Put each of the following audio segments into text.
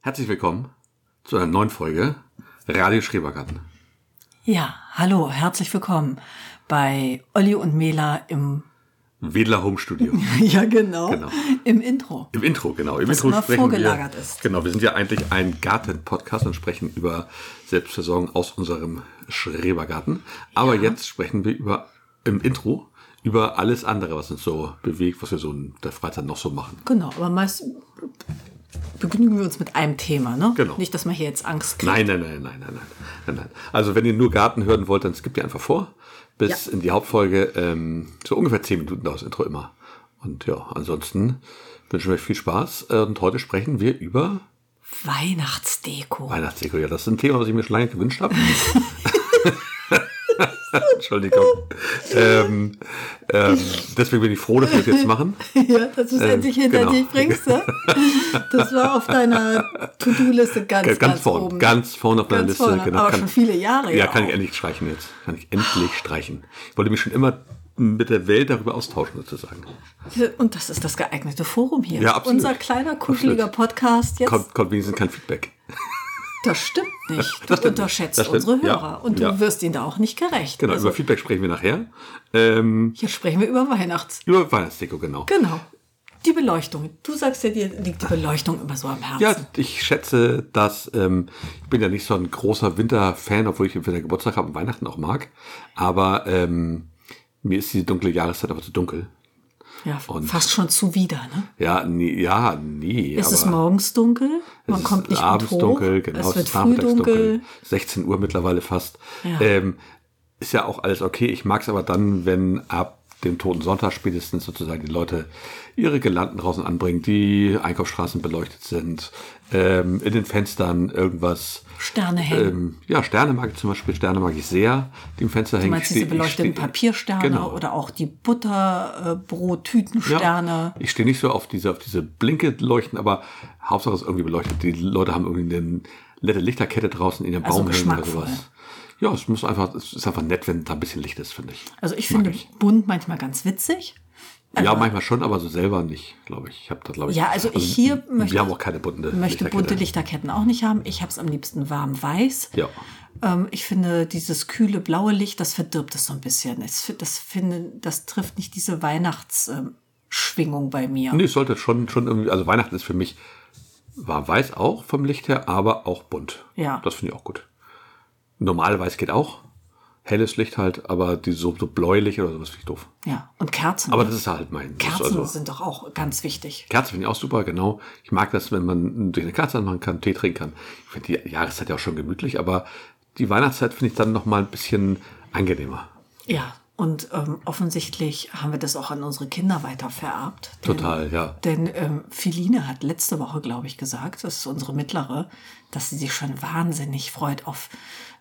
Herzlich willkommen zu einer neuen Folge Radio Schrebergarten. Ja, hallo, herzlich willkommen bei Olli und Mela im Wedler Home Studio. Ja, genau, Genau. im Intro. Im Intro, genau. Im Das Intro immer sprechen wir. vorgelagert ist. Genau, wir sind ja eigentlich ein Garten-Podcast und sprechen über Selbstversorgung aus unserem Schrebergarten. Aber jetzt sprechen wir über im Intro über alles andere, was uns so bewegt, was wir so in der Freizeit noch so machen. Genau, aber meist begnügen wir uns mit einem Thema, ne? Genau. Nicht, dass man hier jetzt Angst kriegt. Nein, nein, nein, nein, nein, nein, nein, nein. Also wenn ihr nur Garten hören wollt, dann skippt ihr einfach vor bis in die Hauptfolge. Ähm, so ungefähr zehn Minuten dauert das Intro immer. Und ja, ansonsten wünschen wir euch viel Spaß. äh, Und heute sprechen wir über Weihnachtsdeko. Weihnachtsdeko. Ja, das ist ein Thema, was ich mir schon lange gewünscht habe. Entschuldigung. Ähm, ähm, deswegen bin ich froh, dass wir das jetzt machen. Ja, dass du es endlich hinter genau. dich bringst, ne? Das war auf deiner To-Do-Liste ganz, Ganz, ganz, ganz vorne, oben. ganz vorne auf meiner Ganz Liste. genau. vorne, aber kann- schon viele Jahre, Ja, ja kann ich auch. endlich streichen jetzt. Kann ich endlich streichen. Ich wollte mich schon immer mit der Welt darüber austauschen, sozusagen. Und das ist das geeignete Forum hier. Ja, absolut. Unser kleiner, kuscheliger Absolut. Podcast jetzt. Kommt, kommt wenigstens kein Feedback. Das stimmt nicht. Du Das stimmt nicht. unterschätzt Das stimmt. unsere Ja. Hörer. Und du Ja. wirst ihnen da auch nicht gerecht. Genau, Also, über Feedback sprechen wir nachher. Ähm, hier sprechen wir über Weihnachts. über Weihnachtsdeko, genau. Genau. Die Beleuchtung. Du sagst ja, dir liegt die Beleuchtung immer so am Herzen. Ja, ich schätze, dass ähm, ich bin ja nicht so ein großer Winterfan, obwohl ich im Winter Geburtstag habe und Weihnachten auch mag. Aber ähm, mir ist diese dunkle Jahreszeit einfach zu dunkel. Ja, fast schon zuwider, ne? Ja, nee, ja, nee. Es ist aber morgens dunkel, man es ist kommt nicht abends gut hoch. dunkel, genau. es wird ist früh nachmittags dunkel. 16 Uhr mittlerweile fast. Ja. Ähm, ist ja auch alles okay. Ich mag es aber dann, wenn ab dem Toten Sonntag spätestens sozusagen die Leute ihre Girlanden draußen anbringen, die Einkaufsstraßen beleuchtet sind, ähm, in den Fenstern irgendwas Sterne hängen. Ähm, ja, Sterne mag ich zum Beispiel, Sterne mag ich sehr, die im Fenster Du hängen. meinst Ich steh- diese beleuchteten ich steh- Papiersterne genau. oder auch die Butterbrottütensterne. Ja, ich stehe nicht so auf diese, auf diese blinke Leuchten, aber Hauptsache es ist irgendwie beleuchtet. Die Leute haben irgendwie eine nette Lichterkette draußen in den Also Baum hängen oder geschmackvoll. sowas. Ja, es muss einfach, es ist einfach nett, wenn da ein bisschen Licht ist, finde ich. Also ich Mag finde bunt manchmal ganz witzig. Ja, manchmal schon, aber so selber nicht, glaube ich. Ich habe da, glaube ich. Also- Ja, also ich hier wir möchte- haben auch keine bunte. möchte Lichterkette. bunte Lichterketten auch nicht haben. Ich habe es am liebsten warm weiß. Ja. Ähm, ich finde, dieses kühle blaue Licht, das verdirbt es so ein bisschen. Das, das, finde, das trifft nicht diese Weihnachtsschwingung bei mir. Nee, es sollte schon, schon irgendwie, also Weihnachten ist für mich war weiß auch vom Licht her, aber auch bunt. Ja. Das finde ich auch gut. Normal weiß geht auch. Helles Licht halt, aber die so, so bläulich oder sowas finde ich doof. Ja, und Kerzen. Aber ne? das ist halt mein. das ist Kerzen also, sind doch auch ganz wichtig. Kerze finde ich auch super, genau. Ich mag das, wenn man durch eine Kerze anmachen kann, Tee trinken kann. Ich finde die Jahreszeit ja auch schon gemütlich, aber die Weihnachtszeit finde ich dann nochmal ein bisschen angenehmer. Ja, und ähm, offensichtlich haben wir das auch an unsere Kinder weitervererbt. Denn, Total, ja. Denn ähm, Feline hat letzte Woche, glaube ich, gesagt, das ist unsere mittlere, dass sie sich schon wahnsinnig freut auf,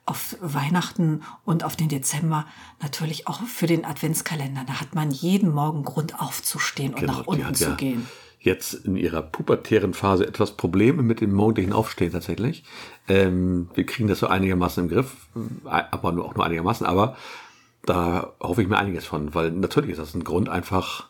auf Weihnachten und auf den Dezember. Natürlich auch für den Adventskalender. Da hat man jeden Morgen Grund aufzustehen und nach Genau, die unten hat zu ja gehen. jetzt in ihrer pubertären Phase etwas Probleme mit dem morgendlichen Aufstehen tatsächlich. Ähm, wir kriegen das so einigermaßen im Griff, äh, aber nur auch nur einigermaßen, aber da hoffe ich mir einiges von, weil natürlich ist das ein Grund einfach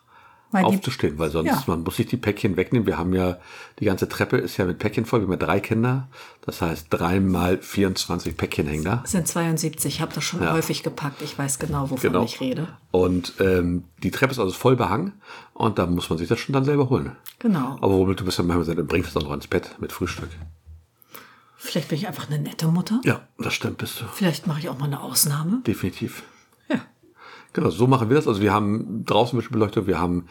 Weil die- aufzustehen, weil sonst Ja. man muss sich die Päckchen wegnehmen. Wir haben ja, die ganze Treppe ist ja mit Päckchen voll, wir haben ja drei Kinder, das heißt dreimal 24 Päckchen hängen da. Es sind 72, ich habe das schon häufig gepackt. Ich weiß genau, wovon Genau. ich rede. Und ähm, die Treppe ist also voll behangen und da muss man sich das schon dann selber holen. Genau. Aber womit du bist ja manchmal gesagt, dann bringst du es auch noch ins Bett mit Frühstück. Vielleicht bin ich einfach eine nette Mutter. Ja, das stimmt, bist du. Vielleicht mache ich auch mal eine Ausnahme. Definitiv. Ja. Genau, so machen wir das. Also wir haben draußen ein bisschen Beleuchtung, wir haben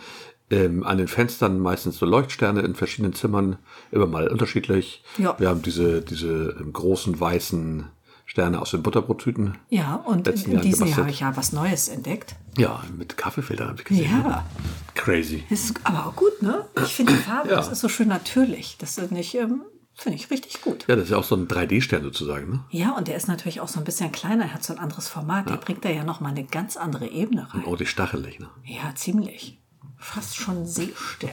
ähm, an den Fenstern meistens so Leuchtsterne in verschiedenen Zimmern, immer mal unterschiedlich. Ja. Wir haben diese, diese ähm, großen weißen Sterne aus den Butterbrottüten. Ja, und Letzten in, in Jahren diesem gebastelt. Jahr habe ich ja was Neues entdeckt. Ja, mit Kaffeefiltern habe ich gesehen. ne? Ja, Crazy. ist aber auch gut, ne? Ich finde die Farbe, Ja. das ist so schön natürlich. Das ist nicht, ähm, finde ich richtig gut. Ja, das ist ja auch so ein 3D-Stern sozusagen, ne? Ja, und der ist natürlich auch so ein bisschen kleiner, er hat so ein anderes Format. Der bringt da ja nochmal eine ganz andere Ebene rein. Oh, die stachelig, ne? Ja, ziemlich. Fast schon Seestern.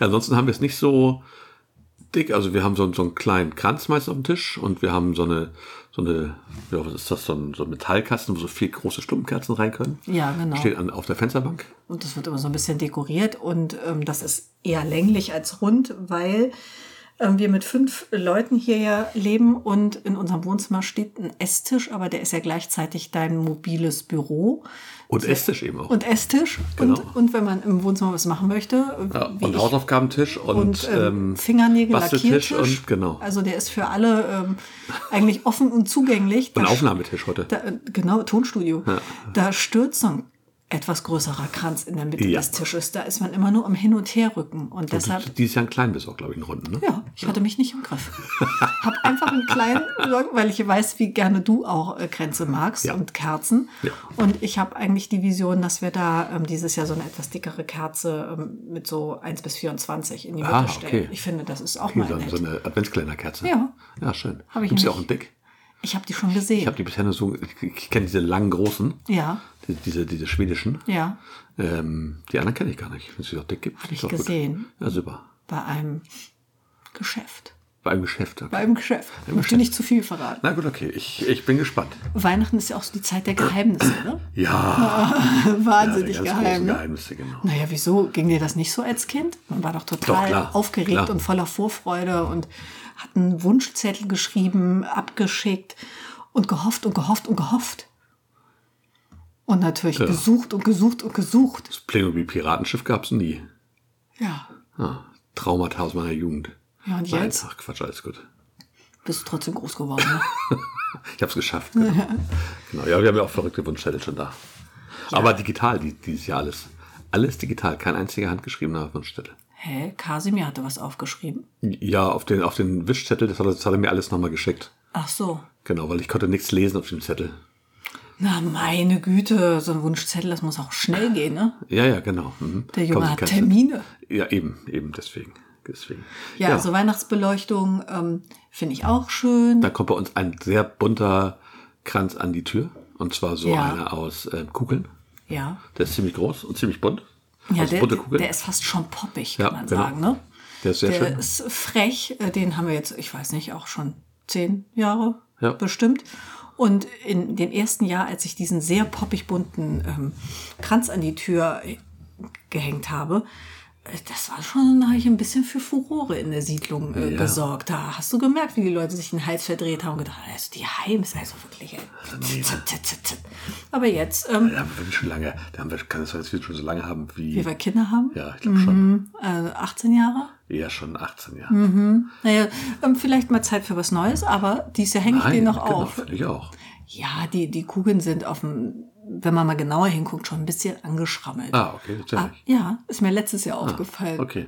Ja, ansonsten haben wir es nicht so dick. Also wir haben so, so einen kleinen Kranz meist auf dem Tisch und wir haben so eine, so eine, ja, was ist das, so ein, so ein Metallkasten, wo so vier große Stumpenkerzen rein können. Ja, genau. Steht an, auf der Fensterbank. Und das wird immer so ein bisschen dekoriert und ähm, das ist eher länglich als rund, weil äh, wir mit fünf Leuten hier ja leben und in unserem Wohnzimmer steht ein Esstisch, aber der ist ja gleichzeitig dein mobiles Büro Und Esstisch eben auch. und Esstisch. Genau. Und, und wenn man im Wohnzimmer was machen möchte, ja, wie und ich, Hausaufgabentisch und, und ähm, ähm, Fingernägel Basteltisch Lackiertisch. und genau. Also der ist für alle ähm, eigentlich offen und zugänglich. und Da- Aufnahmetisch heute. Da, äh, genau, Tonstudio. Da stürzt so ein etwas größerer Kranz in der Mitte Ja. des Tisches. Da ist man immer nur am Hin- und Herrücken. Und deshalb, Und dieses Jahr ein klein bis auch, glaube ich, in Runden. Ne? ja, ich hatte mich nicht im Griff. Hab einfach einen kleinen, Sorgen, weil ich weiß, wie gerne du auch äh, Kränze magst Ja. und Kerzen. Ja. Und ich habe eigentlich die Vision, dass wir da ähm, dieses Jahr so eine etwas dickere Kerze ähm, mit so 1 bis 24 in die Mitte Ah, stellen. okay. Ich finde, das ist auch Hier mal so, nett. so eine Adventskalenderkerze. Ja. Ja, schön. Hab ich Gibt's die nicht. auch in dick? Ich habe die schon gesehen. Ich habe die bisher nur so, ich, ich kenne diese langen großen, ja, die, diese, diese schwedischen. ja. Ähm, die anderen kenne ich gar nicht. Wenn es die auch dick gibt, Hab ist ich doch gut. gesehen. Ja, super. Bei einem Geschäft. Bei einem Geschäft. Okay. Bei einem Geschäft. Ich möchte nicht zu viel verraten. Na gut, okay. Ich, ich bin gespannt. Weihnachten ist ja auch so die Zeit der Geheimnisse, ne? Ja, ja die Wahnsinnig ganz geheim. großen Ne? Geheimnisse, genau. Naja, wieso ging dir das nicht so als Kind? Man war doch total Doch, klar, aufgeregt klar. und voller Vorfreude und hat einen Wunschzettel geschrieben, abgeschickt und gehofft und gehofft und gehofft. Und natürlich gesucht und gesucht und gesucht. Das Playmobil Piratenschiff gab es nie. Ja. Ah, Traumata aus meiner Jugend. Ja, und Nein, jetzt ach Quatsch, alles gut. bist du trotzdem groß geworden. Ne? Ich habe es geschafft. Genau. genau. Ja, wir haben ja auch verrückte Wunschzettel schon da. Aber digital die, dieses Jahr alles. Alles digital, kein einziger handgeschriebener Wunschzettel. Hä? Kasimir hatte was aufgeschrieben. Ja, auf den, auf den Wischzettel, das hat, er- das hat er mir alles nochmal geschickt. Ach so. Genau, weil ich konnte nichts lesen auf dem Zettel. Na, meine Güte, so ein Wunschzettel, das muss auch schnell gehen, ne? Ja, ja, genau. Mhm. Der Kommen Junge Sie, hat kannst du- Termine. Ja, eben, eben deswegen. deswegen. Ja, also Weihnachtsbeleuchtung ähm, finde ich auch schön. Dann kommt bei uns ein sehr bunter Kranz an die Tür. Und zwar so Ja. einer aus äh, Kugeln. ja. Der ist ziemlich groß und ziemlich bunt. Ja, also der, bunte Kugeln. der ist fast schon poppig, kann Ja, man genau. sagen, ne? Der ist sehr der schön. ist frech. Äh, Den haben wir jetzt, ich weiß nicht, auch schon zehn Jahre Ja. bestimmt. Und in dem ersten Jahr, als ich diesen sehr poppig bunten ähm, Kranz an die Tür äh, gehängt habe, äh, das war schon, da habe ich ein bisschen für Furore in der Siedlung äh, Ja. gesorgt. Da hast du gemerkt, wie die Leute sich den Hals verdreht haben und gedacht, also die Heim ist also wirklich ein nee, ne? zip, zip, zip, zip. Aber jetzt, ähm, Ja, haben wir wirklich schon lange. Da haben wir, kann es sein, dass wir schon so lange haben wie. wie wir Kinder haben, ja, ich glaube schon. äh, 18 Jahre, Eher schon 18 Jahre. Mhm, Naja, ähm, vielleicht mal Zeit für was Neues, aber dies Jahr hänge ich den noch genau, auf. finde ich auch. Ja, die, die Kugeln sind auf dem, wenn man mal genauer hinguckt, schon ein bisschen angeschrammelt. Ah, okay, Ah, natürlich. ja, ist mir letztes Jahr aufgefallen. Okay.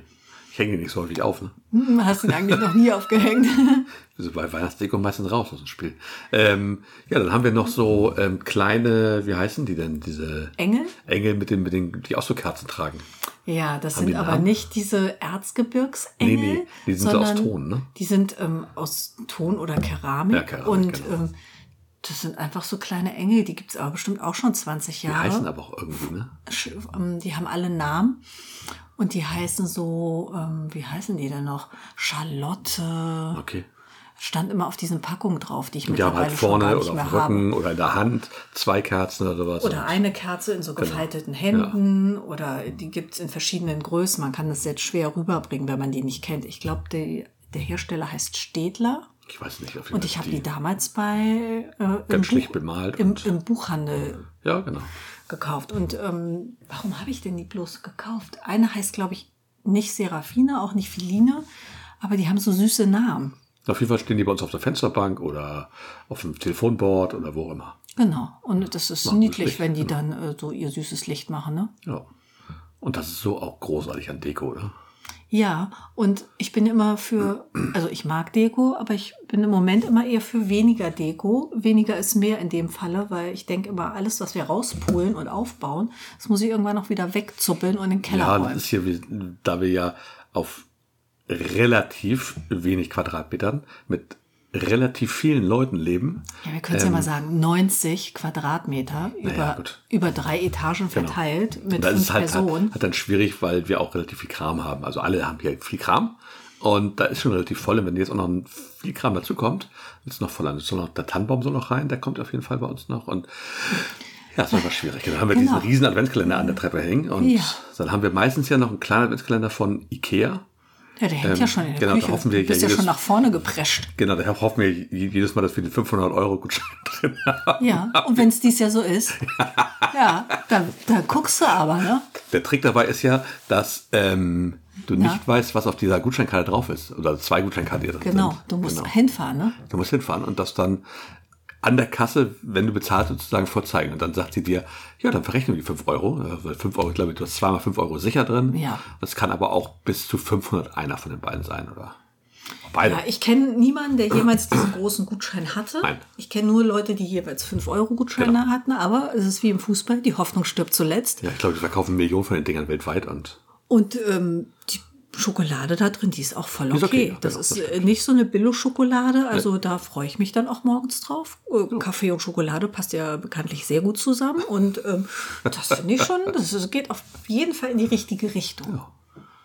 Ich hänge nicht so häufig auf, ne? Hm, Hast du ihn eigentlich noch nie aufgehängt? Also bei Weihnachtsdeko meistens raus aus dem Spiel. Ähm, ja, dann haben wir noch so ähm, kleine, wie heißen die denn? Diese Engel? Engel mit den, mit den, die auch so Kerzen tragen. Ja, das die sind einen aber Namen? nicht diese Erzgebirgsengel. Nee, nee, die sind so aus sondern Ton, ne? Die sind ähm, aus Ton oder Keramik. Ja, Keramik, und genau. ähm, das sind einfach so kleine Engel, die gibt's aber bestimmt auch schon 20 Die Jahre. heißen aber auch irgendwie, ne? Sch- ähm, die haben alle Namen und die heißen so, ähm, wie heißen die denn noch? Charlotte. Okay. Stand immer auf diesen Packungen drauf, die ich Die haben mittlerweile halt schon vorne gar nicht oder auf mehr dem habe. Rücken oder in der Hand zwei Kerzen oder was. Oder eine Kerze in so Genau. gefalteten Händen oder die gibt's in verschiedenen Größen. Man kann das jetzt schwer rüberbringen, wenn man die nicht kennt. Ich glaube, die- der Hersteller heißt Städler. ich weiß nicht, auf jeden Und Fall ich habe die damals bei äh, im, ganz schlicht bemalt. im, und, im Buchhandel ja, genau. gekauft. Und ähm, warum habe ich denn die bloß gekauft? Eine heißt, glaube ich, nicht Serafina, auch nicht Philine, aber die haben so süße Namen. Auf jeden Fall stehen die bei uns auf der Fensterbank oder auf dem Telefonboard oder wo auch immer. Genau. Und das ist Machen das niedlich, Licht, ne? wenn die dann äh, so ihr süßes Licht machen, ne? Ja. Und das ist so auch großartig an Deko, ne? oder? Ja, und ich bin immer für, also ich mag Deko, aber ich bin im Moment immer eher für weniger Deko. Weniger ist mehr in dem Falle, weil ich denke immer, alles, was wir rauspulen und aufbauen, das muss ich irgendwann auch wieder wegzuppeln und in den Keller Ja, das räumen. ist hier, wie- da wir ja auf relativ wenig Quadratmetern mit relativ vielen Leuten leben. Ja, wir können es ja mal sagen, 90 Quadratmeter über, Ähm, ja, gut. Genau. über drei Etagen verteilt mit Und das fünf ist halt, Personen. halt, halt dann schwierig, weil wir auch relativ viel Kram haben. Also alle haben hier viel Kram. Und da ist schon relativ voll. Und wenn jetzt auch noch ein- viel Kram dazu kommt, ist es noch voll an. Es Soll noch, der Tannenbaum soll noch rein, der kommt auf jeden Fall bei uns noch. Und ja, ist einfach schwierig. Dann haben wir Genau. diesen riesen Adventskalender an der Treppe hängen. Und Ja. dann haben wir meistens ja noch einen kleinen Adventskalender von Ikea. Ja, der hängt Ähm, ja schon in der genau, da Küche. hoffen wir du bist ja ja schon jedes- nach vorne geprescht. Genau, daher hoffen wir je- jedes Mal, dass wir den 500-Euro-Gutschein drin haben. Ja, und wenn es dies Jahr so ist, ja, dann, dann guckst du aber, ne? Der Trick dabei ist ja, dass ähm, du Ja. nicht weißt, was auf dieser Gutscheinkarte drauf ist. Oder zwei Gutscheinkarten, die da drin Genau, sind. du musst Genau. hinfahren, ne? Du musst hinfahren und das dann an der Kasse, wenn du bezahlt, sozusagen vorzeigen. Und dann sagt sie dir, ja, dann verrechnen wir die 5 Euro. Äh, Weil 5 Euro, ich glaube, du hast zweimal 5 Euro sicher drin. Ja. Das kann aber auch bis zu 500 einer von den beiden sein, oder? Beide. Ja, ich kenne niemanden, der jemals diesen großen Gutschein hatte. Nein. Ich kenne nur Leute, die jeweils 5-Euro-Gutscheine Genau. hatten, aber es ist wie im Fußball, die Hoffnung stirbt zuletzt. ja, ich glaube, wir verkaufen Millionen von den Dingern weltweit und Und ähm, die Schokolade da drin, die ist auch voll okay. ist okay, ja, das genau, ist das äh, nicht so eine Billo-Schokolade, also da freue ich mich dann auch morgens drauf. Äh, Kaffee und Schokolade passt ja bekanntlich sehr gut zusammen und ähm, das finde ich schon, das ist- geht auf jeden Fall in die richtige Richtung. Ja,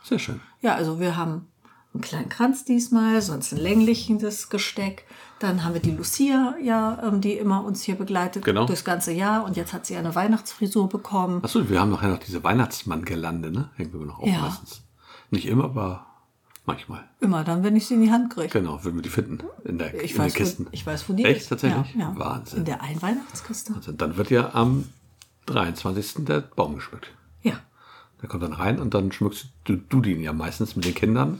sehr schön. also wir haben einen kleinen Kranz diesmal, sonst ein längliches Gesteck. Dann haben wir die Lucia, ja, ähm, die immer uns hier begleitet Genau. durchs ganze Jahr und jetzt hat sie eine Weihnachtsfrisur bekommen. Achso, wir haben nachher noch diese Weihnachtsmann-Gelande, ne? Hängen wir noch auf Ja. meistens. Nicht immer, aber manchmal. Immer dann, wenn ich sie in die Hand kriege. Genau, wenn wir die finden. In, der, Ich in weiß, den Kisten. Wo, ich weiß, wo die Echt, ist. tatsächlich? Ja, ja. Wahnsinn. In der einen Weihnachtskiste. Also dann wird ja am 23. der Baum geschmückt. Ja. Der kommt dann rein und dann schmückst du, du den ja meistens mit den Kindern.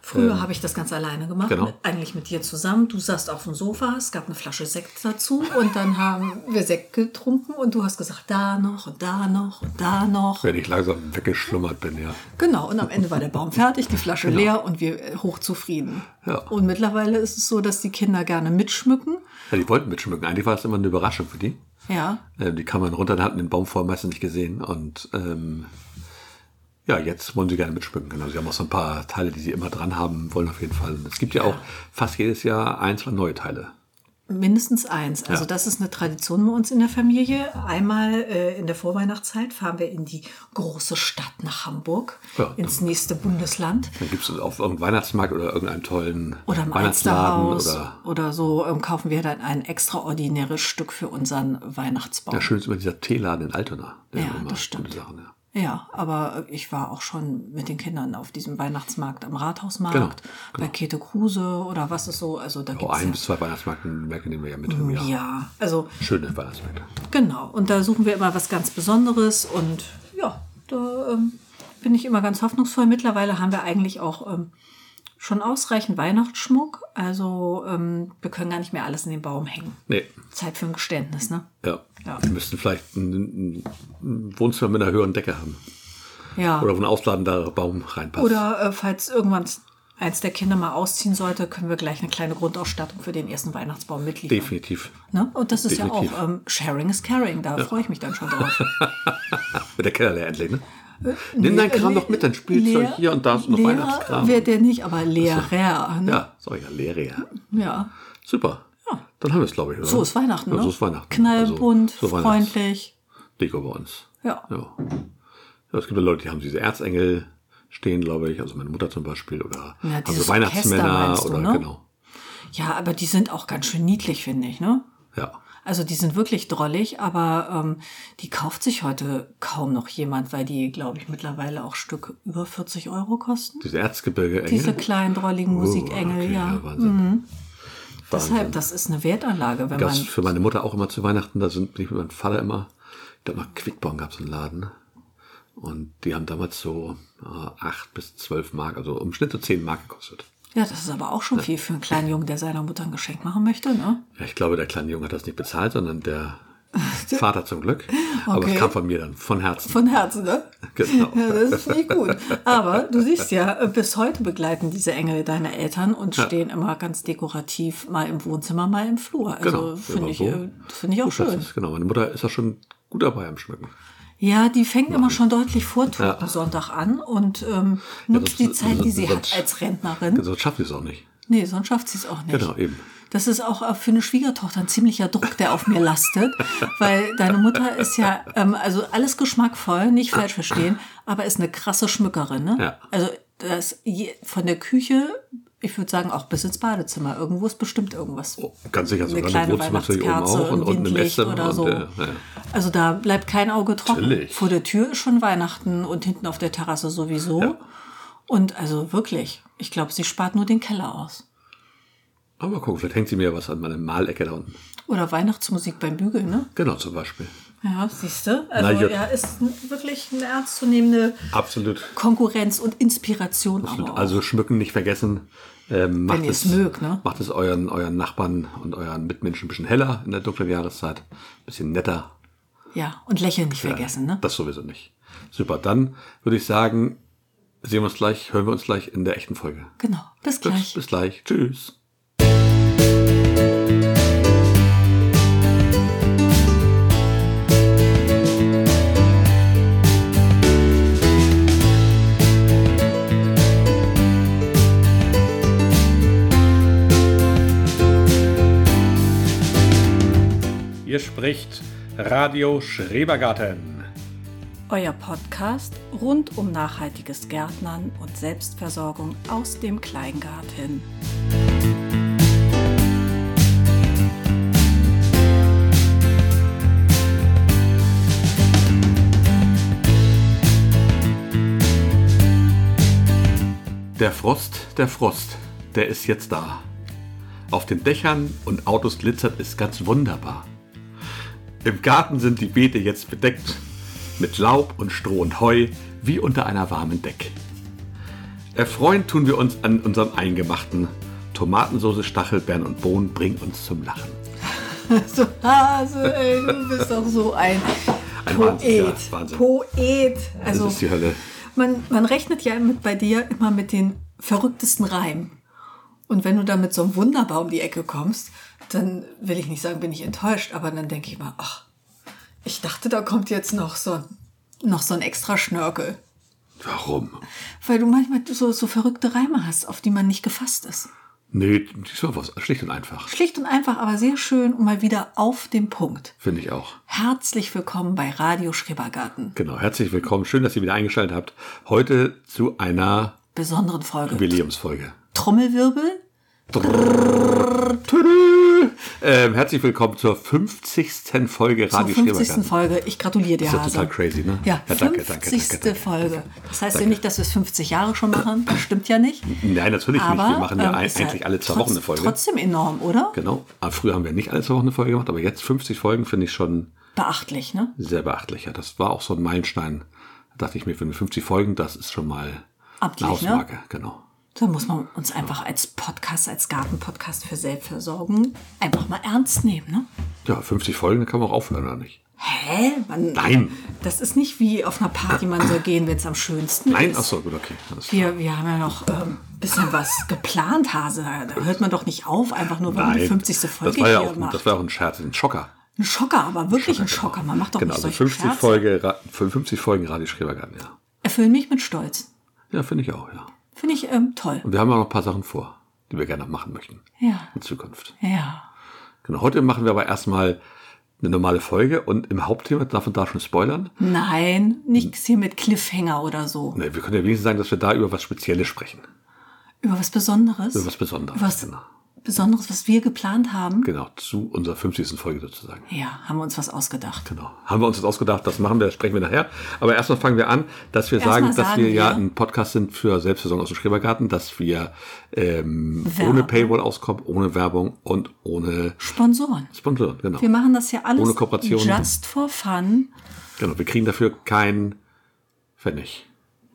Früher habe ich das ganz alleine gemacht, Ähm, genau. mit, eigentlich mit dir zusammen. Du saßt auf dem Sofa, es gab eine Flasche Sekt dazu und dann haben wir Sekt getrunken und du hast gesagt, da noch und da noch und da noch. Wenn ich langsam weggeschlummert bin, ja. Genau, und am Ende war der Baum fertig, die Flasche leer und wir äh, hochzufrieden. Genau. Ja. Und mittlerweile ist es so, dass die Kinder gerne mitschmücken. ja die wollten mitschmücken. Eigentlich war das immer eine Überraschung für die. Ja, Ähm, die kamen dann runter und hatten den Baum vorher meistens nicht gesehen. Und ähm, ja, jetzt wollen sie gerne mitschmücken. Genau. Sie haben auch so ein paar Teile, die sie immer dran haben wollen, auf jeden Fall. Und es gibt ja auch fast jedes Jahr ein, zwei neue Teile. Mindestens eins. Also Ja. das ist eine Tradition bei uns in der Familie. Einmal äh, in der Vorweihnachtszeit fahren wir in die große Stadt nach Hamburg, Ja. ins nächste Bundesland Dann gibt es auf irgendeinem Weihnachtsmarkt oder irgendeinem tollen oder im Weihnachtsladen Alsterhaus oder oder, so ähm, kaufen wir dann ein extraordinäres Stück für unseren Weihnachtsbaum. ja, schön ist immer dieser Teeladen in Altona. Der Ja, hat immer das stimmt. Gute Sachen, ja. Ja, aber ich war auch schon mit den Kindern auf diesem Weihnachtsmarkt am Rathausmarkt, Genau, bei Käthe Kruse oder was ist so. Also da Oh, gibt's ein ja, bis zwei Weihnachtsmärkte Märkte nehmen wir ja mit im Jahr. ja, also Schöne Weihnachtsmärkte. Genau, und da suchen wir immer was ganz Besonderes und ja, da ähm, bin ich immer ganz hoffnungsvoll. Mittlerweile haben wir eigentlich auch ähm, schon ausreichend Weihnachtsschmuck. Also ähm, wir können gar nicht mehr alles in den Baum hängen. Nee, Zeit für ein Geständnis, ne? ja. Ja. Wir müssten vielleicht ein, ein- ein Wohnzimmer mit einer höheren Decke haben. Ja. Oder wo ein ausladender Baum reinpasst. Oder äh, falls irgendwann eins der Kinder mal ausziehen sollte, können wir gleich eine kleine Grundausstattung für den ersten Weihnachtsbaum mitliefern. Definitiv. Ne? Und das ist ja Definitiv. auch ähm, Sharing is Caring, da freue ich mich dann schon drauf. Mit der Keller leer endlich, ne? Äh, Nimm deinen Kram Le- noch mit, dann spielst du Leer- hier und da ist noch Lehrer Weihnachtskram. Wird der nicht, aber Lehrer. Ne? Ja, sorry, ja, leere, ja. Ja. Super. Dann haben wir es, glaube ich. Oder? So ist Weihnachten, Ja, ne? so ist Weihnachten. Knallbunt, Also, so Weihnachts- freundlich. Deko bei uns. Ja. Ja. ja. Es gibt ja Leute, die haben diese Erzengel stehen, glaube ich. Also meine Mutter zum Beispiel. Oder Ja, haben dieses so Weihnachtsmänner Orchester meinst du, oder ne? genau. Ja, aber die sind auch ganz schön niedlich, finde ich, ne? Ja. Also die sind wirklich drollig, aber ähm, die kauft sich heute kaum noch jemand, weil die, glaube ich, mittlerweile auch Stück über 40 Euro kosten. Diese Erzgebirge Engel. Diese kleinen drolligen Musikengel, Oh, okay, ja. Mhm. Wahnsinn. Deshalb, das ist eine Wertanlage, wenn Gab's man. für meine Mutter auch immer zu Weihnachten, da sind, bin ich mit meinem Vater immer, ich glaube mal Quickborn gab es einen Laden. Und die haben damals so äh, 8 bis 12 Mark, also im Schnitt so 10 Mark gekostet. Ja, das ist aber auch schon viel für einen kleinen Jungen, der seiner Mutter ein Geschenk machen möchte, ne? Ja, ich glaube, der kleine Junge hat das nicht bezahlt, sondern der Vater zum Glück. Aber es Okay. kam von mir dann, von Herzen. Von Herzen, ne? Genau. Ja, das ist nicht gut. Aber du siehst ja, bis heute begleiten diese Engel deine Eltern und stehen immer ganz dekorativ, mal im Wohnzimmer, mal im Flur. Also Genau. finde Immer ich, so. äh, finde ich auch Das schön. ist, genau, meine Mutter ist da schon gut dabei am Schmücken. Ja, die fängt immer schon deutlich vor Totensonntag an und ähm, sonst- nutzt die Zeit, die sie sonst- hat als Rentnerin. Sonst Also schafft sie es auch nicht. Nee, sonst schafft sie es auch nicht. Genau, eben. Das ist auch äh, für eine Schwiegertochter ein ziemlicher Druck, der auf mir lastet, weil deine Mutter ist ja, ähm, also alles geschmackvoll, nicht falsch verstehen, aber ist eine krasse Schmückerin. Ne? Ja. Also das je, von der Küche, ich würde sagen auch bis ins Badezimmer, irgendwo ist bestimmt irgendwas. Oh, ganz sicher, Eine sogar im kleine Wohnzimmer natürlich oben Weihnachtskerze, auch und ein unten im Windlicht Esszimmer. oder und, so. äh, ja. Also da bleibt kein Auge trocken. Natürlich. Vor der Tür ist schon Weihnachten und hinten auf der Terrasse sowieso. Ja. Und also wirklich, ich glaube, sie spart nur den Keller aus. Aber mal gucken, vielleicht hängt sie mir was an meiner Malecke da unten. Oder Weihnachtsmusik beim Bügeln, ne? Genau, zum Beispiel. Ja, siehst du. Na Also gut. ja, ist n- wirklich eine ernstzunehmende Absolut. Konkurrenz und Inspiration. Aber auch. Also schmücken nicht vergessen. Ähm, macht Oh. ihr es es mögt, ne? Macht es euren, euren Nachbarn und euren Mitmenschen ein bisschen heller in der dunklen Jahreszeit. Ein bisschen netter. ja, und lächeln nicht vergessen, ne? Das sowieso nicht. Super, dann würde ich sagen, sehen wir uns gleich, hören wir uns gleich in der echten Folge. Genau. Bis Gut, gleich. Bis gleich. Tschüss. Ihr spricht Radio Schrebergarten. Euer Podcast rund um nachhaltiges Gärtnern und Selbstversorgung aus dem Kleingarten. Der Frost, der Frost, der ist jetzt da. Auf den Dächern und Autos glitzert es ganz wunderbar. Im Garten sind die Beete jetzt bedeckt mit Laub und Stroh und Heu wie unter einer warmen Deck. Erfreuen tun wir uns an unserem Eingemachten. Tomatensoße, Stachelbeeren und Bohnen bringen uns zum Lachen. So, Hase, ey, du bist doch so ein, Ein Wahnsinn, ja, Poet. Wahnsinn. Poet. Das Also, ist die Hölle. man, man rechnet ja mit, bei dir immer mit den verrücktesten Reimen. Und wenn du da mit so einem Wunderbar um die Ecke kommst, dann will ich nicht sagen, bin ich enttäuscht, aber dann denke ich mal, ach, ich dachte, da kommt jetzt noch so ein, noch so ein extra Schnörkel. Warum? Weil du manchmal so, so verrückte Reime hast, auf die man nicht gefasst ist. Nee, diesmal war es schlicht und einfach. Schlicht und einfach, aber sehr schön und mal wieder auf den Punkt. Finde ich auch. Herzlich willkommen bei Radio Schrebergarten. Genau, herzlich willkommen. Schön, dass ihr wieder eingeschaltet habt. Heute zu einer Besonderen Folge. Jubiläumsfolge. Trommelwirbel? Tüdelü. Ähm, herzlich willkommen zur 50. Folge Zur Radio 50. Schrebergarten. Folge. Ich gratuliere dir, ist ja Hase. total crazy, ne? Ja, Ja, danke, danke, 50. danke, danke, Folge. danke. Das heißt ja Danke. nicht, dass wir es 50 Jahre schon machen. Das stimmt ja nicht. Nein, natürlich Aber nicht. Wir machen ja ähm, ein- ist eigentlich alle zwei trotz- Wochen eine Folge. Trotzdem enorm, oder? Genau. Aber früher haben wir nicht alle zwei Wochen eine Folge gemacht, aber jetzt 50 Folgen finde ich schon Beachtlich, ne? sehr beachtlich. Ja, das war auch so ein Meilenstein. Da dachte ich mir, für eine 50 Folgen, das ist schon mal Amtlich, eine ne? Hausmarke. Genau. Da muss man uns einfach als Podcast, als Gartenpodcast für Selbstversorgung einfach mal ernst nehmen, ne? Ja, 50 Folgen, da kann man auch aufhören, oder nicht? Hä? Man, Nein. Das ist nicht wie auf einer Party, man soll gehen, wenn es am schönsten Nein, ist. ach so, gut, okay. Alles klar. Wir, wir haben ja noch ein ähm, bisschen was geplant, Hase. Da hört man doch nicht auf, einfach nur, weil man die Nein, 50. Folge das war ja hier auch, macht. Das war auch ein Scherz, ein Schocker. Ein Schocker, aber wirklich ein Schocker. Man macht doch Genau, nicht also solche 50, Scherze. Folge, Ra- 50 Folgen Radio Schrebergarten, ja. Erfüllen mich mit Stolz. Ja, finde ich auch, ja. Finde ich ähm, toll. Und wir haben auch noch ein paar Sachen vor, die wir gerne noch machen möchten Ja, in Zukunft. ja. Genau, heute machen wir aber erstmal eine normale Folge und im Hauptthema, darf man da schon spoilern? Nein, nichts hier mit Cliffhanger oder so. Ne, wir können ja wenigstens sagen, dass wir da über was Spezielles sprechen. Über was Besonderes. Über was Besonderes. Was Genau. Besonderes, was wir geplant haben. genau, zu unserer 50. Folge sozusagen. Ja, haben wir uns was ausgedacht. Genau. Haben wir uns jetzt ausgedacht, das machen wir, das sprechen wir nachher. Aber erstmal fangen wir an, dass wir Erstmal sagen, dass sagen wir ja wir- ein Podcast sind für Selbstversorgung aus dem Schrebergarten, dass wir ähm, Werbung. ohne Paywall auskommen, ohne Werbung und ohne Sponsoren. Sponsoren. Genau. Wir machen das ja alles Ohne Kooperation. just for fun. Genau, wir kriegen dafür keinen Pfennig.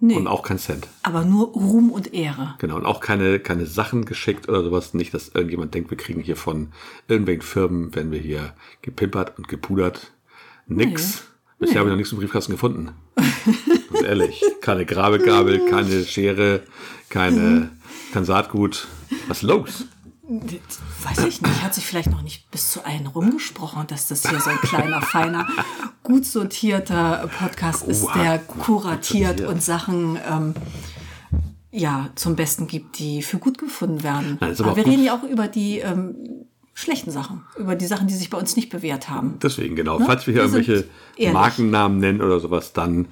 Nee. Und auch keinen Cent. Aber nur Ruhm und Ehre. Genau. Und auch keine, keine Sachen geschickt oder sowas. Nicht, dass irgendjemand denkt, wir kriegen hier von irgendwelchen Firmen, wenn wir hier gepimpert und gepudert. Nix. Bisher habe ich noch nichts im Briefkasten gefunden. Ganz ehrlich. Keine Grabegabel, keine Schere, keine, kein Saatgut. Was ist los? Das Weiß ich nicht, hat sich vielleicht noch nicht bis zu allen rumgesprochen, dass das hier so ein kleiner, feiner, gut sortierter Podcast ist, Oha, der gut kuratiert sortiert. und Sachen ähm, ja, zum Besten gibt, die für gut gefunden werden. Nein, ist aber aber wir auch gut. reden ja auch über die ähm, schlechten Sachen, über die Sachen, die sich bei uns nicht bewährt haben. Deswegen, genau. Falls wir hier Ne? Wir sind irgendwelche ehrlich. Markennamen nennen oder sowas, dann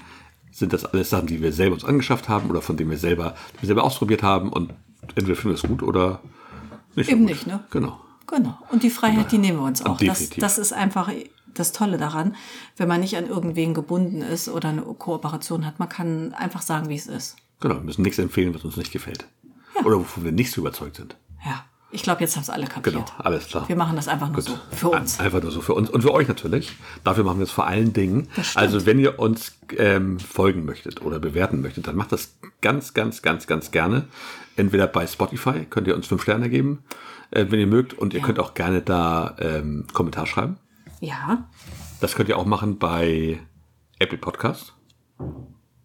sind das alles Sachen, die wir selber uns angeschafft haben oder von denen wir selber, die wir selber ausprobiert haben und entweder finden wir es gut oder nicht. so Eben gut. nicht, ne? Genau. Genau. Und die Freiheit, die nehmen wir uns auch. Das, Definitiv. das ist einfach das Tolle daran, wenn man nicht an irgendwen gebunden ist oder eine Kooperation hat. Man kann einfach sagen, wie es ist. Genau, wir müssen nichts empfehlen, was uns nicht gefällt. Oder wovon wir nicht so überzeugt sind. Ja, ich glaube, jetzt haben es alle kapiert. Genau, alles klar. Wir machen das einfach nur so für uns. Ein- Einfach nur so für uns und für euch natürlich. Dafür machen wir es vor allen Dingen. Das stimmt. Also wenn ihr uns ähm, folgen möchtet oder bewerten möchtet, dann macht das ganz, ganz, ganz, ganz gerne. Entweder bei Spotify könnt ihr uns fünf Sterne geben, äh, wenn ihr mögt. Und ihr Ja. könnt auch gerne da ähm, Kommentar schreiben. Ja. Das könnt ihr auch machen bei Apple Podcast.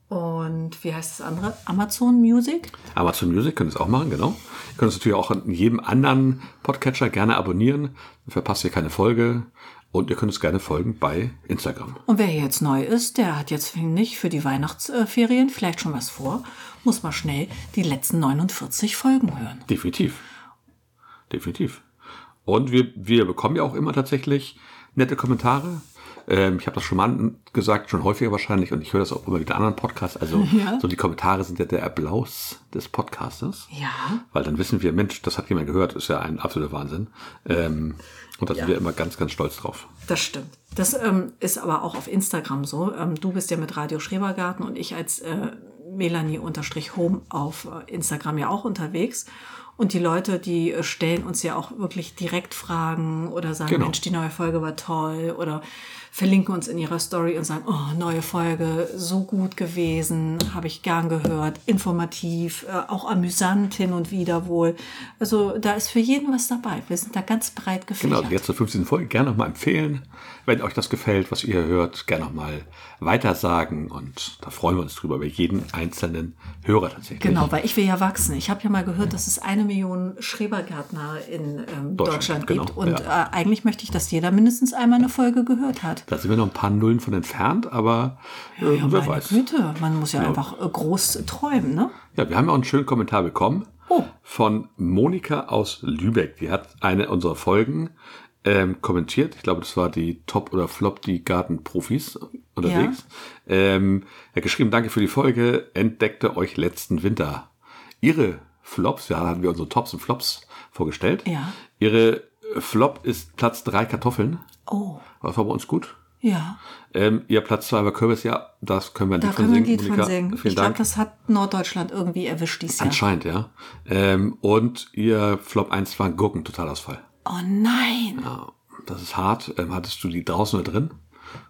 Und wie heißt das andere? Amazon Music? Amazon Music könnt ihr es auch machen, genau. Ihr könnt es natürlich auch in jedem anderen Podcatcher gerne abonnieren. Dann verpasst ihr keine Folge. Und ihr könnt es gerne folgen bei Instagram. Und wer hier jetzt neu ist, der hat jetzt nicht für die Weihnachtsferien vielleicht schon was vor, muss mal schnell die letzten 49 Folgen hören. Definitiv. Definitiv. Und wir, wir bekommen ja auch immer tatsächlich nette Kommentare. Ähm, ich habe das schon mal gesagt, schon häufiger wahrscheinlich, und ich höre das auch immer mit anderen Podcasts. Also Ja. so die Kommentare sind ja der Applaus des Podcasters. Ja. Weil dann wissen wir, Mensch, das hat jemand gehört, ist ja ein absoluter Wahnsinn. Ähm, und da sind wir immer ganz, ganz stolz drauf. Das stimmt. Das ähm, ist aber auch auf Instagram so. Ähm, du bist ja mit Radio Schrebergarten und ich als äh, Melanie-Home auf äh, Instagram ja auch unterwegs. Und die Leute, die äh, stellen uns ja auch wirklich direkt Fragen oder sagen, Genau. Mensch, die neue Folge war toll oder verlinken uns in ihrer Story und sagen, oh, neue Folge, so gut gewesen, habe ich gern gehört, informativ, äh, auch amüsant hin und wieder wohl. Also da ist für jeden was dabei. Wir sind da ganz breit gefächert. Genau, also jetzt zur 15. Folge gerne nochmal empfehlen. Wenn euch das gefällt, was ihr hört, gerne nochmal weitersagen. Und da freuen wir uns drüber, über jeden einzelnen Hörer tatsächlich. Genau, weil ich will ja wachsen. Ich habe ja mal gehört, dass es eine Million Schrebergärtner in ähm, Deutschland, Deutschland, genau, gibt. Und ja. äh, eigentlich möchte ich, dass jeder mindestens einmal eine Folge gehört hat. Da sind wir noch ein paar Nullen von entfernt, aber äh, Ja, wer meine weiß. Güte, man muss ja einfach äh, groß träumen, ne? Ja, wir haben ja auch einen schönen Kommentar bekommen Oh. von Monika aus Lübeck. Die hat eine unserer Folgen ähm, kommentiert. Ich glaube, das war die Top oder Flop, die Gartenprofis unterwegs. Ähm, er hat geschrieben, danke für die Folge, entdeckte euch letzten Winter. Ihre Flops, ja, da hatten wir unsere Tops und Flops vorgestellt. Ja. Ihre Flop ist Platz drei Kartoffeln. Oh, Das war bei uns gut. ja. Ähm, ihr Platz zwei war Kürbis, ja, das können wir Da nicht von können wir ein singen. Lied von Monika. singen. Vielen Ich glaube, Dank. das hat Norddeutschland irgendwie erwischt dies Jahr. Anscheinend, ja. Ähm, und ihr Flop 1 war Gurken, Totalausfall. Oh nein. Ja, das ist hart. Ähm, hattest du die draußen oder drin?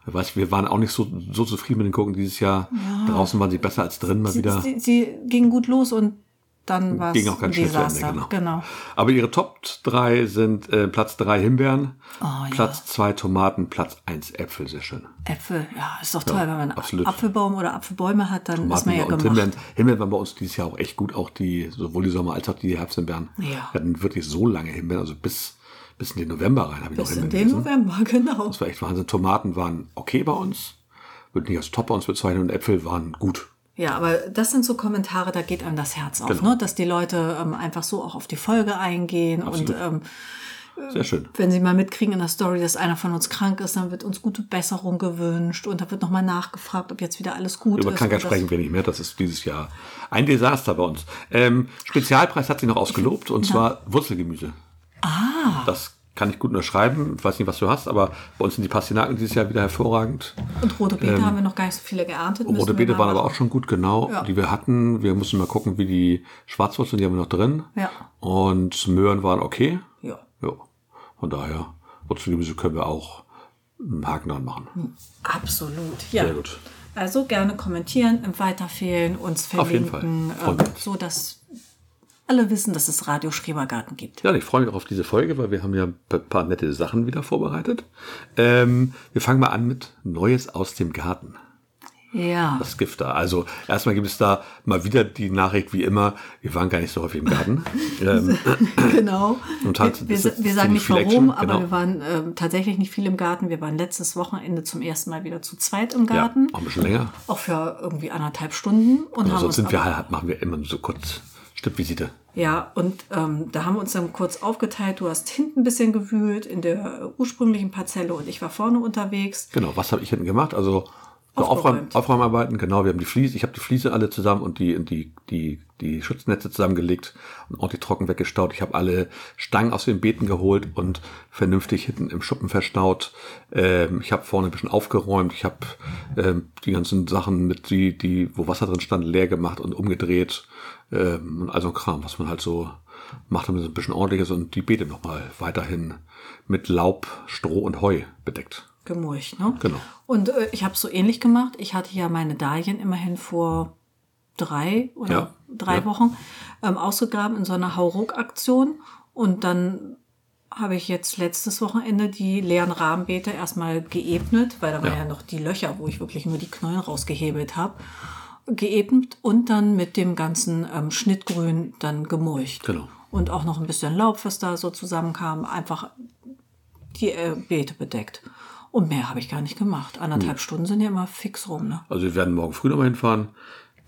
Wer weiß, wir waren auch nicht so, so zufrieden mit den Gurken dieses Jahr. Draußen waren sie besser als drin mal wieder. Sie, sie ging gut los und dann war es Ging auch ein ganz schnell zu Ende, Desaster. genau. genau. Aber ihre Top 3 sind äh, Platz 3 Himbeeren, Oh, ja. Platz 2 Tomaten, Platz 1 Äpfel. Sehr schön. Äpfel, ja, ist doch toll, wenn man einen absolut. Apfelbaum oder Apfelbäume hat, dann ist man ja und gemacht. Himbeeren. Himbeeren waren bei uns dieses Jahr auch echt gut. Auch die, sowohl die Sommer- als auch die Herbsthimbeeren. Ja. Wir hatten wirklich so lange Himbeeren, also bis, bis in den November rein habe ich noch Bis in Himbeeren den gegessen. November, genau. Das war echt Wahnsinn. Tomaten waren okay bei uns. Würde nicht als top bei uns bezeichnen. Und Äpfel waren gut. Ja, aber das sind so Kommentare, da geht einem das Herz auf, Genau. ne? dass die Leute ähm, einfach so auch auf die Folge eingehen und ähm, Sehr schön. wenn sie mal mitkriegen in der Story, dass einer von uns krank ist, dann wird uns gute Besserung gewünscht und da wird nochmal nachgefragt, ob jetzt wieder alles gut Über ist. Krankheit und das- sprechen wir nicht mehr. Das ist dieses Jahr ein Desaster bei uns. Ähm, Spezialpreis hat sie noch ausgelobt. Und zwar Wurzelgemüse. Ah. Das kann ich gut unterschreiben. Ich weiß nicht, was du hast, aber bei uns sind die Pastinaken dieses Jahr wieder hervorragend. Und rote Beete haben wir noch gar nicht so viele geerntet. müssen Ähm, Rote wir Beete mal waren aber machen. auch schon gut, genau, die wir hatten. Wir mussten mal gucken, wie die Schwarzwurzeln, die haben wir noch drin. Ja. Und Möhren waren okay. Ja. Ja. Von daher, Wurzelgemüse können wir auch einen Haken dran machen. Hm. Absolut, ja. Sehr gut. Also gerne kommentieren, im Weiterfehlen, uns Auf jeden verlinken, Fall. Freuen wir ähm, uns. so dass alle wissen, dass es Radio Schrebergarten gibt. Ja, ich freue mich auch auf diese Folge, weil wir haben ja ein pa- paar nette Sachen wieder vorbereitet. Ähm, wir fangen mal an mit Neues aus dem Garten. Ja, Das Gift da. Also erstmal gibt es da mal wieder die Nachricht, wie immer, wir waren gar nicht so häufig im Garten. ähm, genau. Und halt, wir, das wir, ist wir sagen ziemlich viel nicht Action, warum, aber genau. wir waren ähm, tatsächlich nicht viel im Garten. Wir waren letztes Wochenende zum ersten Mal wieder zu zweit im ja, Garten, auch ein bisschen länger. auch für irgendwie anderthalb Stunden. Und haben Sonst uns sind wir aber- halt, machen wir immer nur so kurz Stippvisite. Ja, und ähm, da haben wir uns dann kurz aufgeteilt. Du hast hinten ein bisschen gewühlt in der ursprünglichen Parzelle und ich war vorne unterwegs. Genau, was habe ich hinten gemacht? Also So Aufräum, Aufgeräumt. Aufräumarbeiten, genau. Wir haben die Fliese, ich habe die Fliese alle zusammen und die, und die, die, die Schutznetze zusammengelegt und ordentlich trocken weggestaut. Ich habe alle Stangen aus den Beeten geholt und vernünftig hinten im Schuppen verstaut. Ähm, ich habe vorne ein bisschen aufgeräumt. Ich habe ähm, die ganzen Sachen mit die, die, wo Wasser drin stand, leer gemacht und umgedreht. Ähm, und all so ein Kram, was man halt so macht, damit es ein bisschen ordentlich ist und die Beete nochmal weiterhin mit Laub, Stroh und Heu bedeckt. gemulcht, ne? Genau. Und äh, ich habe so ähnlich gemacht. Ich hatte ja meine Dahlien immerhin vor drei oder Ja, drei ja. Wochen ähm, ausgegraben in so einer Hauruck-Aktion. Und dann habe ich jetzt letztes Wochenende die leeren Rahmenbeete erstmal geebnet, weil da waren ja. Ja. noch die Löcher, wo ich wirklich nur die Knollen rausgehebelt habe, geebnet und dann mit dem ganzen ähm, Schnittgrün dann gemulcht. Genau. Und auch noch ein bisschen Laub, was da so zusammenkam, einfach die äh, Beete bedeckt. Und mehr habe ich gar nicht gemacht. Hm. Anderthalb Stunden sind ja immer fix rum, ne? Also wir werden morgen früh nochmal hinfahren,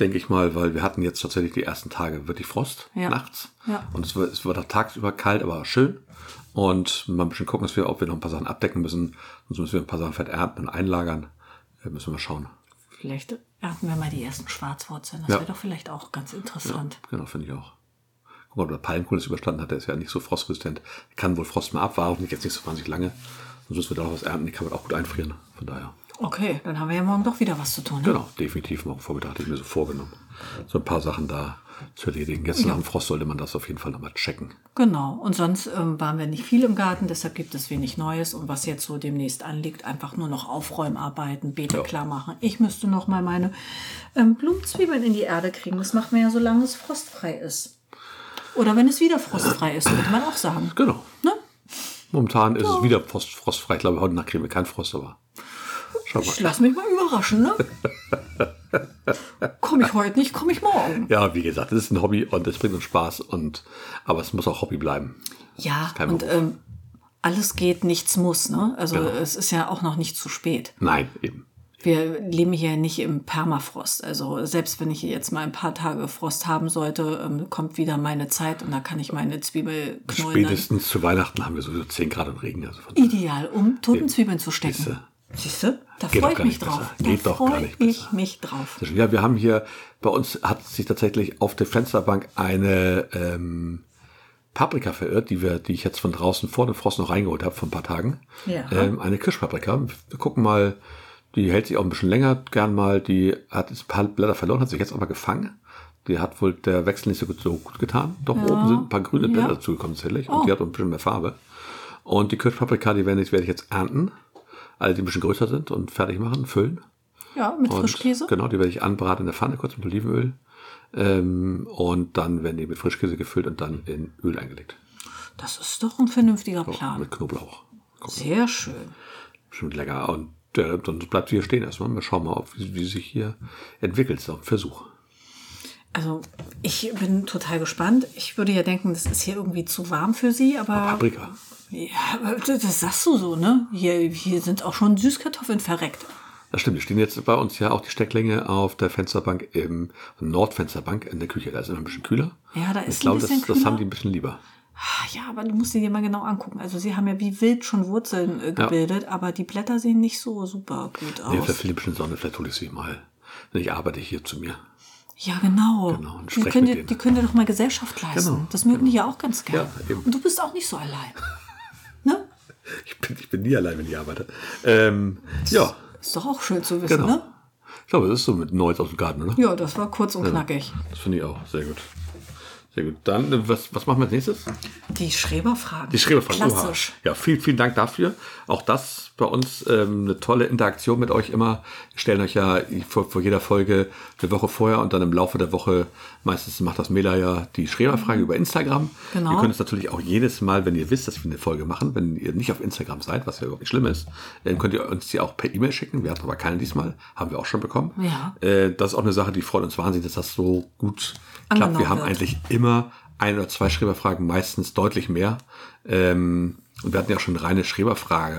denke ich mal, weil wir hatten jetzt tatsächlich die ersten Tage wirklich Frost Ja. nachts. Ja. Und es war, es war doch tagsüber kalt, aber schön. Und mal ein bisschen gucken, dass wir, ob wir noch ein paar Sachen abdecken müssen. Sonst müssen wir ein paar Sachen vielleicht ernten und einlagern. Äh, müssen wir mal schauen. Vielleicht ernten wir mal die ersten Schwarzwurzeln. Das Ja. wäre doch vielleicht auch ganz interessant. Genau, finde ich auch. Guck mal, ob der Palmkohl es überstanden hat. Der ist ja nicht so frostresistent. Er kann wohl Frost mal abwarten, nicht jetzt nicht so wahnsinnig lange. Sonst müssen wir da noch was ernten. Die kann man auch gut einfrieren. Von daher. Okay, dann haben wir ja morgen doch wieder was zu tun. Ne? Genau, definitiv morgen Vormittag hatte ich mir so vorgenommen, so ein paar Sachen da zu erledigen. Jetzt nach dem Frost sollte man das auf jeden Fall nochmal checken. Genau. Und sonst ähm, waren wir nicht viel im Garten, deshalb gibt es wenig Neues. Und was jetzt so demnächst anliegt, einfach nur noch Aufräumarbeiten, Beete Ja. klar machen. Ich müsste noch mal meine ähm, Blumenzwiebeln in die Erde kriegen. Das machen wir ja, solange es frostfrei ist. Oder wenn es wieder frostfrei ist, könnte man auch sagen. Genau. Ne? Momentan ist es wieder Frost, frostfrei. Ich glaube, heute Nacht kriegen wir keinen Frost, aber schau mal. Ich lass mich mal überraschen, ne? Komme ich heute nicht, komme ich morgen. Ja, wie gesagt, es ist ein Hobby und es bringt uns Spaß und aber es muss auch Hobby bleiben. Ja, kein und Beruf. ähm, alles geht, nichts muss, ne? Also Genau. es ist ja auch noch nicht zu spät. Nein, eben. Wir leben hier nicht im Permafrost. Also selbst wenn ich jetzt mal ein paar Tage Frost haben sollte, ähm, kommt wieder meine Zeit und da kann ich meine Zwiebelknollen dann Spätestens zu Weihnachten haben wir sowieso 10 Grad und Regen. Also von ideal, um Totenzwiebeln zu stecken. Siehste. Siehst du? Da Geht doch freue ich gar mich nicht drauf. besser. Geht da doch gar freu nicht ich besser. mich drauf. Sehr schön. Ja, wir haben hier, bei uns hat sich tatsächlich auf der Fensterbank eine ähm, Paprika verirrt, die, wir, die ich jetzt von draußen vor dem Frost noch reingeholt habe vor ein paar Tagen. Ja. Ähm, eine Kirschpaprika. Wir gucken mal, die hält sich auch ein bisschen länger, gern mal. Die hat jetzt ein paar Blätter verloren, hat sich jetzt aber gefangen. Die hat wohl der Wechsel nicht so gut, so gut getan. Doch oben sind ein paar grüne Blätter Ja. Oh. dazugekommen tatsächlich und die hat auch ein bisschen mehr Farbe. Und die Kirschpaprika, die werde ich, werde ich jetzt ernten, alle die ein bisschen größer sind und fertig machen, füllen. Ja, mit Und Frischkäse. Genau, die werde ich anbraten in der Pfanne, kurz mit Olivenöl. Ähm, und dann werden die mit Frischkäse gefüllt und dann in Öl eingelegt. Das ist doch ein vernünftiger Plan. Mit Knoblauch. Kommt Sehr schön. bestimmt lecker. Und äh, dann bleibt sie hier stehen erstmal. Wir schauen mal, ob, wie, wie sich hier entwickelt. So ein Versuch. Also ich bin total gespannt. Ich würde ja denken, das ist hier irgendwie zu warm für sie, aber Paprika. ja, aber das das sagst du so, ne? Hier, hier sind auch schon Süßkartoffeln verreckt. Das stimmt. Die stehen jetzt bei uns ja auch die Stecklänge auf der Fensterbank im Nordfensterbank in der Küche. Da ist immer ein bisschen kühler. Ja, da Und ist ich ein glaube, bisschen das, das kühler. haben die ein bisschen lieber. Ah, Ja, aber du musst sie dir mal genau angucken. Also sie haben ja wie wild schon Wurzeln äh, gebildet, aber die Blätter sehen nicht so super gut Ja, aus. vielleicht fehlt ein bisschen Sonne. Vielleicht hole ich sie mal. Wenn ich arbeite hier zu mir. Ja, genau. Genau, und die, sprech können mit dir, denen. die können dir doch mal Gesellschaft leisten. Genau, das mögen die ja auch ganz gerne. Ja, eben. und du bist auch nicht so allein. ne? Ich bin, ich bin nie allein, wenn ich arbeite. Ähm, ja. Ist doch auch schön zu wissen, Genau. ne? Ich glaube, das ist so mit Neues aus dem Garten, oder? Ja, das war kurz und knackig. Das finde ich auch. Sehr gut. Sehr gut. Dann, äh, was, was machen wir als nächstes? Die Schreberfragen. Die Schreberfragen. Oha. Klassisch. Ja, vielen, vielen Dank dafür. Auch das bei uns ähm, eine tolle Interaktion mit euch immer. Wir stellen euch ja vor, vor jeder Folge eine Woche vorher und dann im Laufe der Woche, meistens macht das Mela ja die Schreberfrage über Instagram. Mhm. Genau. Ihr könnt es natürlich auch jedes Mal, wenn ihr wisst, dass wir eine Folge machen, wenn ihr nicht auf Instagram seid, was ja überhaupt nicht schlimm ist, dann könnt ihr uns die auch per E-Mail schicken. Wir hatten aber keine diesmal, haben wir auch schon bekommen. Ja. Äh, das ist auch eine Sache, die freut uns wahnsinnig, dass das so gut klappt. Angenommen Wir haben wird. eigentlich tatsächlich immer ein oder zwei Schreberfragen, meistens deutlich mehr. Ähm, und wir hatten ja auch schon reine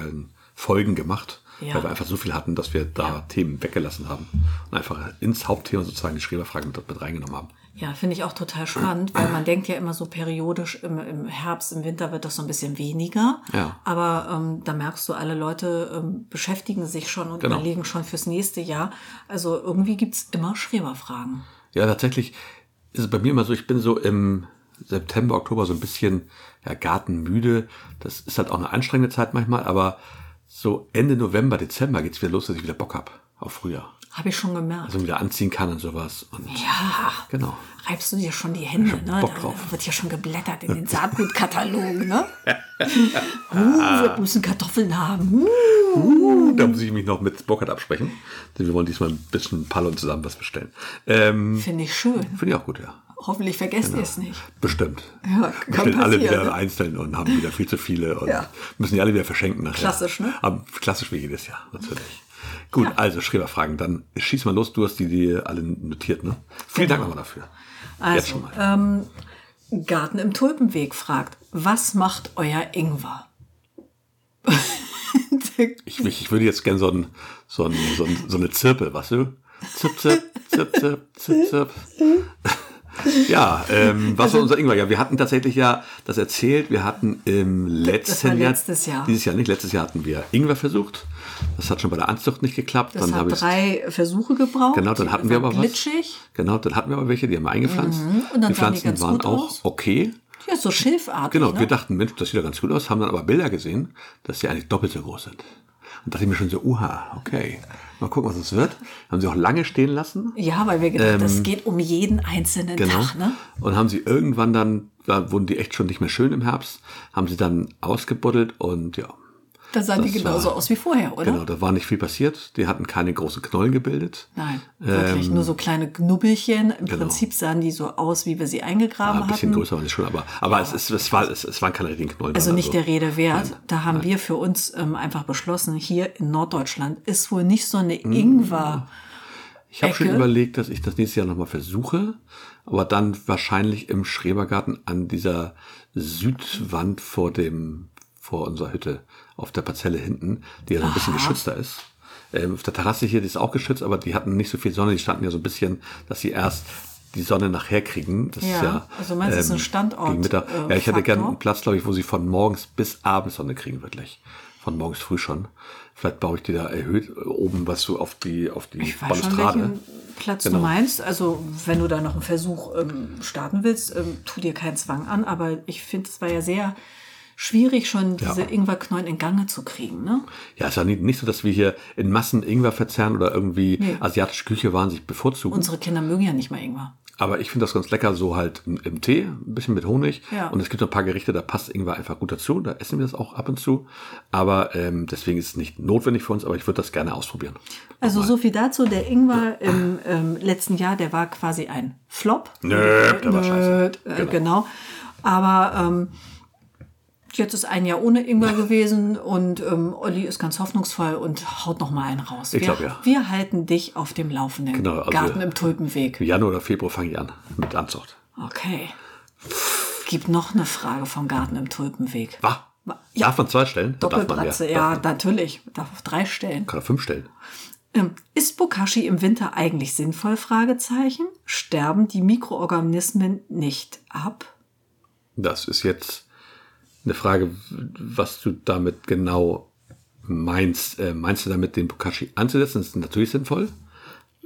Schreberfragen-Folgen gemacht, Ja. weil wir einfach so viel hatten, dass wir da Themen weggelassen haben und einfach ins Hauptthema sozusagen die Schreberfragen mit, mit reingenommen haben. Ja, finde ich auch total spannend, weil man denkt ja immer so periodisch im, im Herbst, im Winter wird das so ein bisschen weniger. Ja. Aber ähm, da merkst du, alle Leute ähm, beschäftigen sich schon und Genau. überlegen schon fürs nächste Jahr. Also irgendwie gibt's immer Schreberfragen. Ja, tatsächlich ist es bei mir immer so, ich bin so im September, Oktober so ein bisschen ja, gartenmüde. Das ist halt auch eine anstrengende Zeit manchmal, aber so Ende November, Dezember geht's wieder los, dass ich wieder Bock hab auf Frühjahr. Habe ich schon gemerkt. Also wieder anziehen kann und sowas. Und ja, genau. reibst du dir schon die Hände, ne? Bock da drauf. wird ja schon geblättert in den Saatgutkatalog, ne? uh, wir müssen Kartoffeln haben. Uh. Da muss ich mich noch mit Bockert absprechen. Denn wir wollen diesmal ein bisschen Pallon zusammen was bestellen. Ähm, Finde ich schön. Finde ich auch gut, ja. Hoffentlich vergesst ihr es nicht. Bestimmt. Ja, kann Bestellen alle passieren, wieder ne? einzeln und haben wieder viel zu viele und Ja. müssen die alle wieder verschenken nachher. Klassisch, ne? Aber klassisch wie jedes Jahr, natürlich. Gut, also Schreberfragen, dann schieß mal los. Du hast die, die alle notiert, ne? Vielen Dank nochmal dafür. Jetzt schon Also, mal. ähm, Garten im Tulpenweg fragt, was macht euer Ingwer? Ich, ich, ich würde jetzt gerne so, ein, so, ein, so, ein, so eine Zirpe, weißt du? Zirp, zirp, zirp, zirp, zirp, zirp. Ja, ähm, was Also war unser Ingwer? Ja, wir hatten tatsächlich ja das erzählt. Wir hatten im letzten war Jahr, letztes Jahr. dieses Jahr nicht, letztes Jahr hatten wir Ingwer versucht. Das hat schon bei der Anzucht nicht geklappt. Das habe hat ich- drei Versuche gebraucht. Genau, dann hatten wir War aber was. glitschig. Mhm, Genau, dann hatten wir aber welche, die haben wir eingepflanzt. und dann sahen die die Pflanzen ganz waren gut auch aus. okay. Ja, so schilfartig. Genau, ne? wir dachten, Mensch, das sieht ja ganz gut aus, haben dann aber Bilder gesehen, dass sie eigentlich doppelt so groß sind. Und dachte ich mir schon so, uha, okay, mal gucken, was es wird. Haben sie auch lange stehen lassen. ja, weil wir gedacht, das geht um jeden einzelnen Ähm, Genau. Tag, ne? Und haben sie irgendwann dann, da wurden die echt schon nicht mehr schön im Herbst, haben sie dann ausgebuddelt und ja, Da sahen die Das genauso war- aus wie vorher, oder? genau, da war nicht viel passiert. Die hatten keine großen Knollen gebildet. Nein, wirklich nur so Ähm, kleine Knubbelchen. Im Prinzip sahen die so aus, wie wir sie eingegraben Ja, genau. ein bisschen hatten. größer waren die schon, aber, aber es, es, es, war, es, es waren keine richtigen Knollen. Also dann, nicht der Rede wert. da haben wir für uns ähm, einfach beschlossen, hier in Norddeutschland ist wohl nicht so eine Ingwer. Ich habe schon Ecke. überlegt, dass ich das nächste Jahr nochmal versuche, aber dann wahrscheinlich im Schrebergarten an dieser Südwand vor dem, vor unserer Hütte, auf der Parzelle hinten, die ja so ein bisschen geschützter ist. Ähm, auf der Terrasse hier, die ist auch geschützt, aber die hatten nicht so viel Sonne, die standen ja so ein bisschen, dass sie erst die Sonne nachher kriegen. Das ist Ja, ja, ähm, also meinst du, es ist ein Standort, gegen Mittag. äh, ja, ich hätte gerne Faktor? einen Platz, glaube ich, wo sie von morgens bis abends Sonne kriegen, wirklich. Von morgens früh schon. Vielleicht baue ich die da erhöht äh, oben, was so auf die, auf die Ich weiß schon, welchen Platz Genau. du meinst. Also wenn du da noch einen Versuch ähm, starten willst, ähm, tu dir keinen Zwang an. Aber ich finde, es war ja sehr schwierig, schon diese Ingwerknollen in Gange zu kriegen. Ne? Ja, ist ja nicht, nicht so, dass wir hier in Massen Ingwer verzehren oder irgendwie asiatische Küche wahnsinnig bevorzugen. Unsere Kinder mögen ja nicht mal Ingwer. Aber ich finde das ganz lecker, so halt im, im Tee, ein bisschen mit Honig. Ja. Und es gibt so ein paar Gerichte, da passt Ingwer einfach gut dazu. Da essen wir das auch ab und zu. Aber ähm, deswegen ist es nicht notwendig für uns, aber ich würde das gerne ausprobieren. Also so viel dazu. Der Ingwer im ähm, letzten Jahr, der war quasi ein Flop. Nö, der war scheiße. Nerd, äh, genau. Aber ähm, jetzt ist ein Jahr ohne Ingwer gewesen und ähm, Olli ist ganz hoffnungsvoll und haut noch mal einen raus. Ich wir, glaub, ja. wir halten dich auf dem Laufenden. Genau, also- Garten im Tulpenweg. Im Januar oder Februar fange ich an mit Anzucht. Okay. Gibt noch eine Frage vom Garten im Tulpenweg. War? Ja. Darf man zwei stellen? Da darf man Doppelpratze, Darf ja, man. natürlich. Darf auf drei stellen. Kann er fünf stellen. Ähm, Ist Bokashi im Winter eigentlich sinnvoll? Fragezeichen. Sterben die Mikroorganismen nicht ab? Das ist jetzt eine Frage, was du damit genau meinst. Äh, meinst du damit, den Bokashi anzusetzen? Das ist natürlich sinnvoll,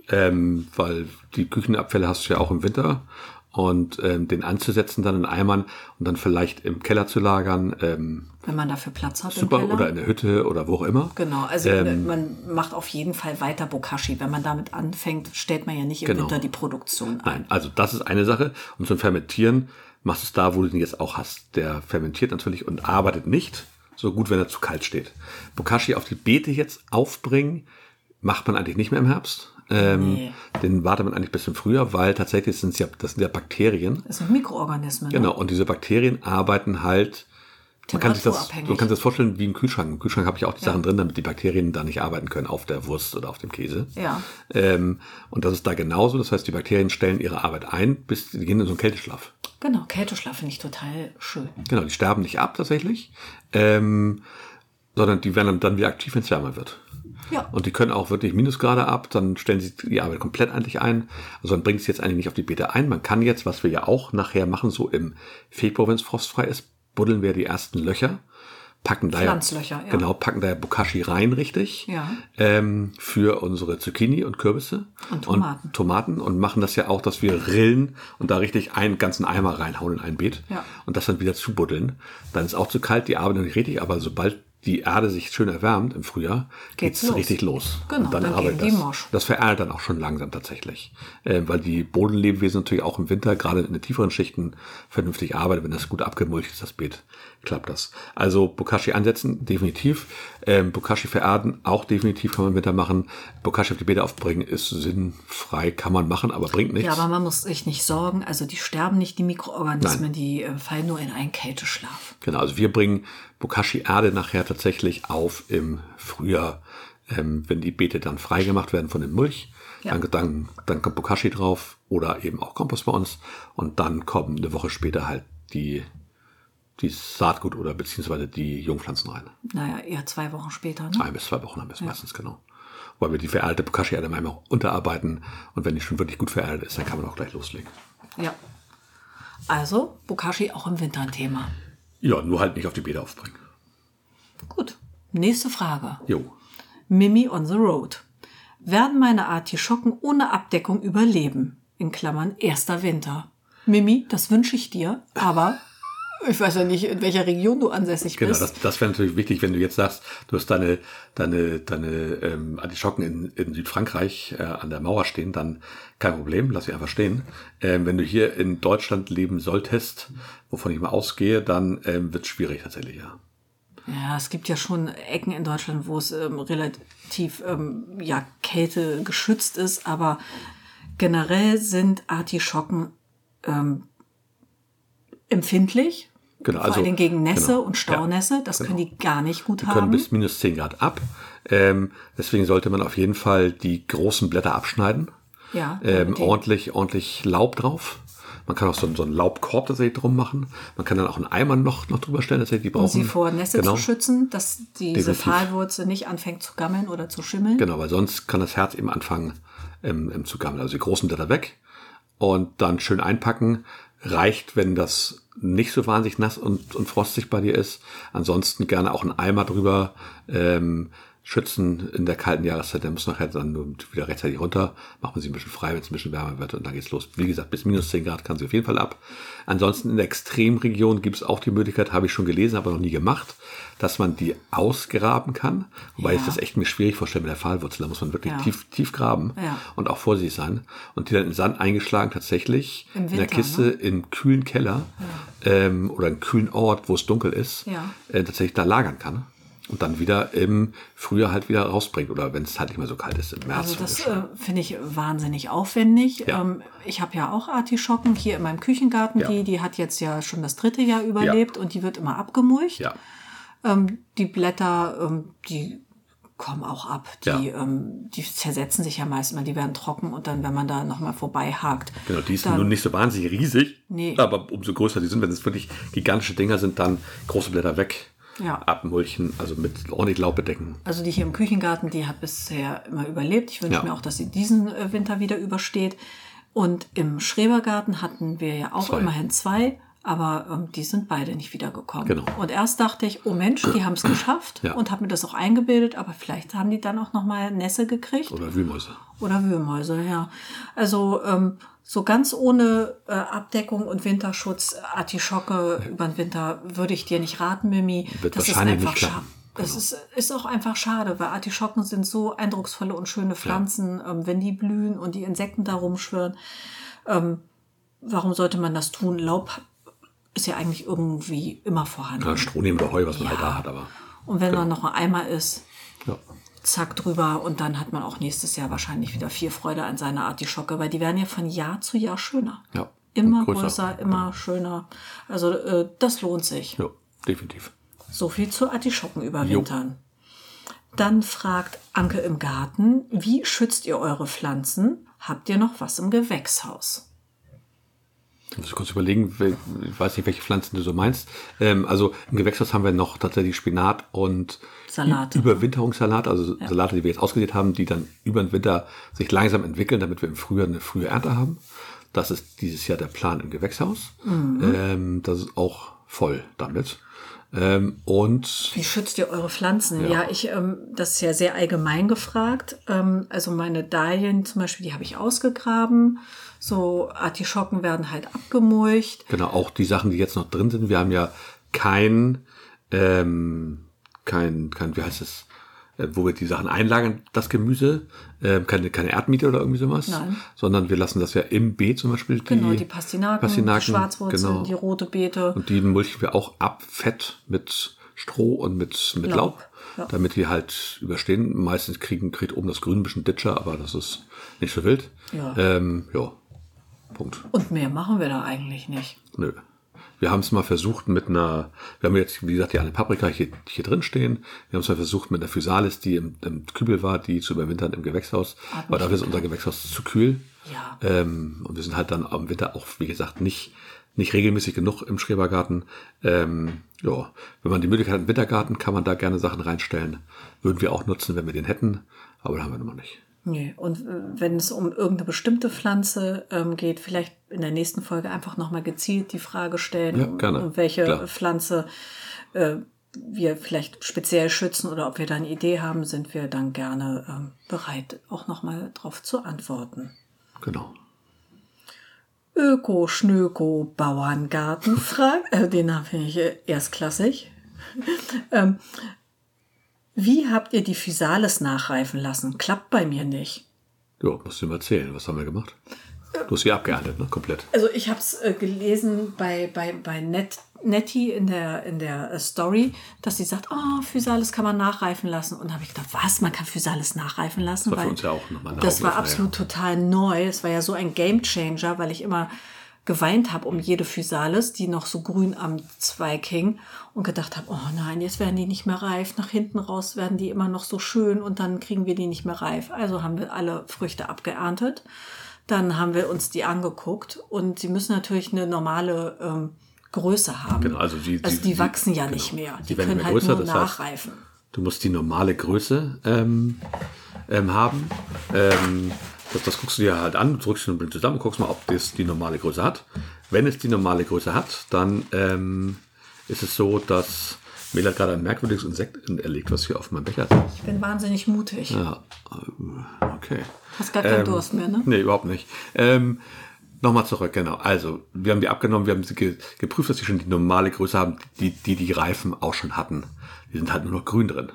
ähm, weil die Küchenabfälle hast du ja auch im Winter. Und ähm, den anzusetzen dann in Eimern und dann vielleicht im Keller zu lagern, ähm, Wenn man dafür Platz hat super, im Keller? oder Ähm. in der Hütte oder wo auch immer. Genau, also man macht auf jeden Fall weiter Bokashi. Wenn man damit anfängt, stellt man ja nicht im Genau. Winter die Produktion ein. Nein, also das ist eine Sache. Und zum Fermentieren machst du es da, wo du den jetzt auch hast. Der fermentiert natürlich und arbeitet nicht so gut, wenn er zu kalt steht. Bokashi auf die Beete jetzt aufbringen, macht man eigentlich nicht mehr im Herbst. Ähm, Nee. Den wartet man eigentlich ein bisschen früher, weil tatsächlich sind es ja, das sind ja Bakterien. Das sind Mikroorganismen. ne? Genau, und diese Bakterien arbeiten halt, man kann sich das, Temperaturabhängig. man kann sich das vorstellen wie im Kühlschrank. Im Kühlschrank habe ich auch die Sachen drin, damit die Bakterien da nicht arbeiten können auf der Wurst oder auf dem Käse. Ja. Ähm, und das ist da genauso. Das heißt, die Bakterien stellen ihre Arbeit ein, bis die gehen in so einen Kälteschlaf. Ne? Genau, Kälteschlaf finde ich total schön. Genau, die sterben nicht ab tatsächlich, ähm, sondern die werden dann wieder aktiv, wenn es wärmer wird. Ja. Und die können auch wirklich Minusgrade ab, dann stellen sie die Arbeit komplett eigentlich ein. Also man bringt es jetzt eigentlich nicht auf die Beete ein. Man kann jetzt, was wir ja auch nachher machen, so im Februar, wenn es frostfrei ist, buddeln wir die ersten Löcher, packen da Pflanzlöcher, ja. genau, packen da ja Bokashi rein, richtig, Ja. ähm, für unsere Zucchini und Kürbisse Und Tomaten. und Tomaten und machen das ja auch, dass wir rillen und da richtig einen ganzen Eimer reinhauen in ein Beet Ja. und das dann wieder zubuddeln. Dann ist auch zu kalt, die arbeiten nicht richtig, aber sobald die Erde sich schön erwärmt im Frühjahr, Geht's geht's los. richtig los. Genau, und dann, dann arbeitet gehen die das. morsch. Das verärgert dann auch schon langsam tatsächlich, äh, weil die Bodenlebewesen natürlich auch im Winter, gerade in den tieferen Schichten, vernünftig arbeiten. Wenn das gut abgemulcht ist, das Beet, klappt das. Also Bokashi ansetzen, definitiv. Ähm, Bokashi vererden, auch definitiv kann man im Winter machen. Bokashi auf die Beete aufbringen, ist sinnfrei, kann man machen, aber bringt nichts. Ja, aber man muss sich nicht sorgen. Also die sterben nicht, die Mikroorganismen, Nein. die äh, fallen nur in einen Kälteschlaf. Genau, also wir bringen Bokashi-Erde nachher tatsächlich auf im Frühjahr, ähm, wenn die Beete dann freigemacht werden von dem Mulch. Ja. Dann, dann, dann kommt Bokashi drauf oder eben auch Kompost bei uns. Und dann kommen eine Woche später halt die, die Saatgut oder beziehungsweise die Jungpflanzen rein. Naja, eher zwei Wochen später. Ne? Ein bis zwei Wochen haben wir es meistens, genau. Weil wir die vererlte Bokashi-Erde manchmal auch unterarbeiten. Und wenn die schon wirklich gut vererdet ist, dann kann man auch gleich loslegen. Ja. Also Bokashi auch im Winter ein Thema. Ja, nur halt nicht auf die Beete aufbringen. Gut. Nächste Frage. Jo. Mimi on the Road. Werden meine Artischocken ohne Abdeckung überleben? In Klammern erster Winter. Mimi, das wünsche ich dir, aber ich weiß ja nicht, in welcher Region du ansässig Genau, bist. das, das wäre natürlich wichtig, wenn du jetzt sagst, du hast deine, deine, deine ähm, Artischocken in, in Südfrankreich äh, an der Mauer stehen, dann kein Problem, lass sie einfach stehen. Ähm, wenn du hier in Deutschland leben solltest, wovon ich mal ausgehe, dann ähm, wird es schwierig tatsächlich, ja. Ja, es gibt ja schon Ecken in Deutschland, wo es ähm, relativ ähm, ja, Kälte geschützt ist, aber generell sind Artischocken ähm, empfindlich. Genau, vor also- allem gegen Nässe genau, und Staunässe. das genau. können die gar nicht gut Die können haben. bis minus 10 Grad ab. Ähm, deswegen sollte man auf jeden Fall die großen Blätter abschneiden. Ja, Ähm, damit die- ordentlich, ordentlich Laub drauf. Man kann auch so, einen- so einen Laubkorb tatsächlich drum machen. Man kann dann auch einen Eimer noch, noch drüber stellen, tatsächlich. Die brauchen, um sie vor Nässe genau, zu schützen, dass diese Definitiv. Pfahlwurzel nicht anfängt zu gammeln oder zu schimmeln. Genau, weil sonst kann das Herz eben anfangen ähm, ähm, zu gammeln. Also die großen Blätter weg und dann schön einpacken. Reicht, wenn das nicht so wahnsinnig nass und, und frostig bei dir ist. Ansonsten gerne auch einen Eimer drüber ähm, schützen in der kalten Jahreszeit. Der muss nachher dann nur wieder rechtzeitig runter. Macht man sie ein bisschen frei, wenn es ein bisschen wärmer wird und dann geht's los. Wie gesagt, bis minus 10 Grad kann sie auf jeden Fall ab. Ansonsten in der Extremregion gibt es auch die Möglichkeit, habe ich schon gelesen, aber noch nie gemacht, dass man die ausgraben kann. Wobei ich Ja. das echt mir schwierig vorstelle mit der Pfahlwurzel. Da muss man wirklich Ja. tief, tief graben Ja. und auch vorsichtig sein. Und die dann in Sand eingeschlagen tatsächlich Im in der Winter, ne? Kiste im kühlen Keller ähm, oder im kühlen Ort, wo es dunkel ist, Ja. äh, tatsächlich da lagern kann. Und dann wieder im Frühjahr halt wieder rausbringt oder wenn es halt nicht mehr so kalt ist, im März. Also das frisch. äh, finde ich wahnsinnig aufwendig. Ja. Ähm, ich habe ja auch Artischocken hier in meinem Küchengarten. Ja. Die, die hat jetzt ja schon das dritte Jahr überlebt und die wird immer abgemulcht. ja. Ähm, die Blätter, ähm, die kommen auch ab. Die, Ja. ähm, die zersetzen sich ja meist mal, die werden trocken und dann, wenn man da nochmal vorbeihakt. Genau, die sind dann- nun nicht so wahnsinnig riesig, Nee. aber umso größer die sind, wenn es wirklich gigantische Dinger sind, dann große Blätter weg, Ja. abmulchen, also mit ordentlich Laub bedecken. Also die hier im Küchengarten, die hat bisher immer überlebt. Ich wünsche Ja. mir auch, dass sie diesen äh, Winter wieder übersteht. Und im Schrebergarten hatten wir ja auch Zwei. immerhin zwei, aber ähm, die sind beide nicht wiedergekommen. Genau. Und erst dachte ich, oh Mensch, die haben es geschafft Ja. und habe mir das auch eingebildet, aber vielleicht haben die dann auch nochmal Nässe gekriegt Oder Wühlmäuse. oder Wühlmäuse, ja. Also ähm, so ganz ohne äh, Abdeckung und Winterschutz äh, Artischocke über den Winter würde ich dir nicht raten, Mimi. Wird wahrscheinlich nicht scha- klappen. Genau. Das ist, ist auch einfach schade, weil Artischocken sind so eindrucksvolle und schöne Pflanzen, ähm, wenn die blühen und die Insekten da rumschwirren. Ähm, warum sollte man das tun? Laub ist ja eigentlich irgendwie immer vorhanden. Ja, genau. Stroh nehmen oder Heu, was man Ja. halt da hat, aber. Und wenn dann noch ein Eimer ist, Ja. zack drüber und dann hat man auch nächstes Jahr wahrscheinlich wieder viel Freude an seiner Artischocke, weil die werden ja von Jahr zu Jahr schöner. Ja. Immer Und größer, größer. immer schöner. Also äh, das lohnt sich. ja, definitiv. So viel zu Artischocken überwintern. Dann fragt Anke im Garten, wie schützt ihr eure Pflanzen? Habt ihr noch was im Gewächshaus? muss kurz überlegen, wel- ich weiß nicht, welche Pflanzen du so meinst. Ähm, also im Gewächshaus haben wir noch tatsächlich Spinat und Salat. Ü- Überwinterungssalat, also Salate, die wir jetzt ausgesät haben, die dann über den Winter sich langsam entwickeln, damit wir im Frühjahr eine frühe Ernte haben. Das ist dieses Jahr der Plan im Gewächshaus. Ähm, das ist auch voll damit. Ähm, und Wie schützt ihr eure Pflanzen? Ja, ich, ähm, das ist ja sehr allgemein gefragt. Ähm, also meine Dahlien zum Beispiel, die habe ich ausgegraben. So Artischocken werden halt abgemulcht. Genau, auch die Sachen, die jetzt noch drin sind. Wir haben ja kein, ähm, kein, kein, wie heißt es, äh, wo wir die Sachen einlagern, das Gemüse, ähm, keine, keine Erdmiete oder irgendwie sowas, Nein. sondern wir lassen das ja im Beet zum Beispiel. Die, Genau, die Pastinaken, Pastinaken, die Schwarzwurzeln, genau. die rote Beete. Und die mulchen wir auch ab, fett mit Stroh und mit, mit Laub, Laub, ja. damit die halt überstehen. Meistens kriegen, kriegt oben das Grün ein bisschen Ditcher, aber das ist nicht so wild. Ja. Ähm, ja. Punkt. Und mehr machen wir da eigentlich nicht. Nö. Wir haben es mal versucht mit einer, wir haben jetzt, wie gesagt, die eine Paprika hier, hier drin stehen. Wir haben es mal versucht mit einer Physalis, die im, im Kübel war, die zu überwintern im Gewächshaus. Aber dafür ist unser Gewächshaus zu kühl. Ja. Ähm, und wir sind halt dann am Winter auch, wie gesagt, nicht, nicht regelmäßig genug im Schrebergarten. Ähm, ja, wenn man die Möglichkeit hat, im Wintergarten kann man da gerne Sachen reinstellen. Würden wir auch nutzen, wenn wir den hätten. Aber da haben wir noch nicht. Nee. Und äh, wenn es um irgendeine bestimmte Pflanze ähm, geht, vielleicht in der nächsten Folge einfach nochmal gezielt die Frage stellen, Ja, um- gerne. um welche Klar. Pflanze äh, wir vielleicht speziell schützen oder ob wir da eine Idee haben, sind wir dann gerne ähm, bereit, auch nochmal drauf zu antworten. Genau. Öko, Schnöko, Bauerngarten, frag, äh, den Namen finde ich äh, erstklassig. ähm, wie habt ihr die Physalis nachreifen lassen? Klappt bei mir nicht. Ja, musst du ihm erzählen. Was haben wir gemacht? Du hast sie abgeerntet, ne? Komplett. Also ich habe es äh, gelesen bei, bei, bei Net, Nettie in der, in der äh, Story, dass sie sagt, oh, Physalis kann man nachreifen lassen. Und habe ich gedacht, was, man kann Physalis nachreifen lassen? Das war für Weil uns ja auch nochmal ein Das Augenöffner, war ja. absolut total neu. Es war ja so ein Game Changer, weil ich immer geweint habe um jede Physalis, die noch so grün am Zweig hing und gedacht habe, oh nein, jetzt werden die nicht mehr reif, nach hinten raus werden die immer noch so schön und dann kriegen wir die nicht mehr reif. Also haben wir alle Früchte abgeerntet. Dann haben wir uns die angeguckt und sie müssen natürlich eine normale ähm, Größe haben. Genau, also die- also die- die die- wachsen ja genau. nicht mehr. Die Die, werden können immer halt größer, nur das heißt- nachreifen. Du musst die normale Größe ähm, ähm, haben. Ähm, das, das guckst du dir halt an, drückst den Blind zusammen, guckst mal, ob das die normale Größe hat. Wenn es die normale Größe hat, dann ähm, ist es so, dass Mel hat gerade ein merkwürdiges Insekt erlegt, was hier auf meinem Becher ist. Ich bin wahnsinnig mutig. Ja, äh, okay. Ähm, Hast gar keinen Durst mehr, ne? Nee, überhaupt nicht. Ähm, Nochmal zurück, genau. Also, wir haben die abgenommen, wir haben sie ge geprüft, dass sie schon die normale Größe haben, die, die die Reifen auch schon hatten. Die sind halt nur noch grün drin.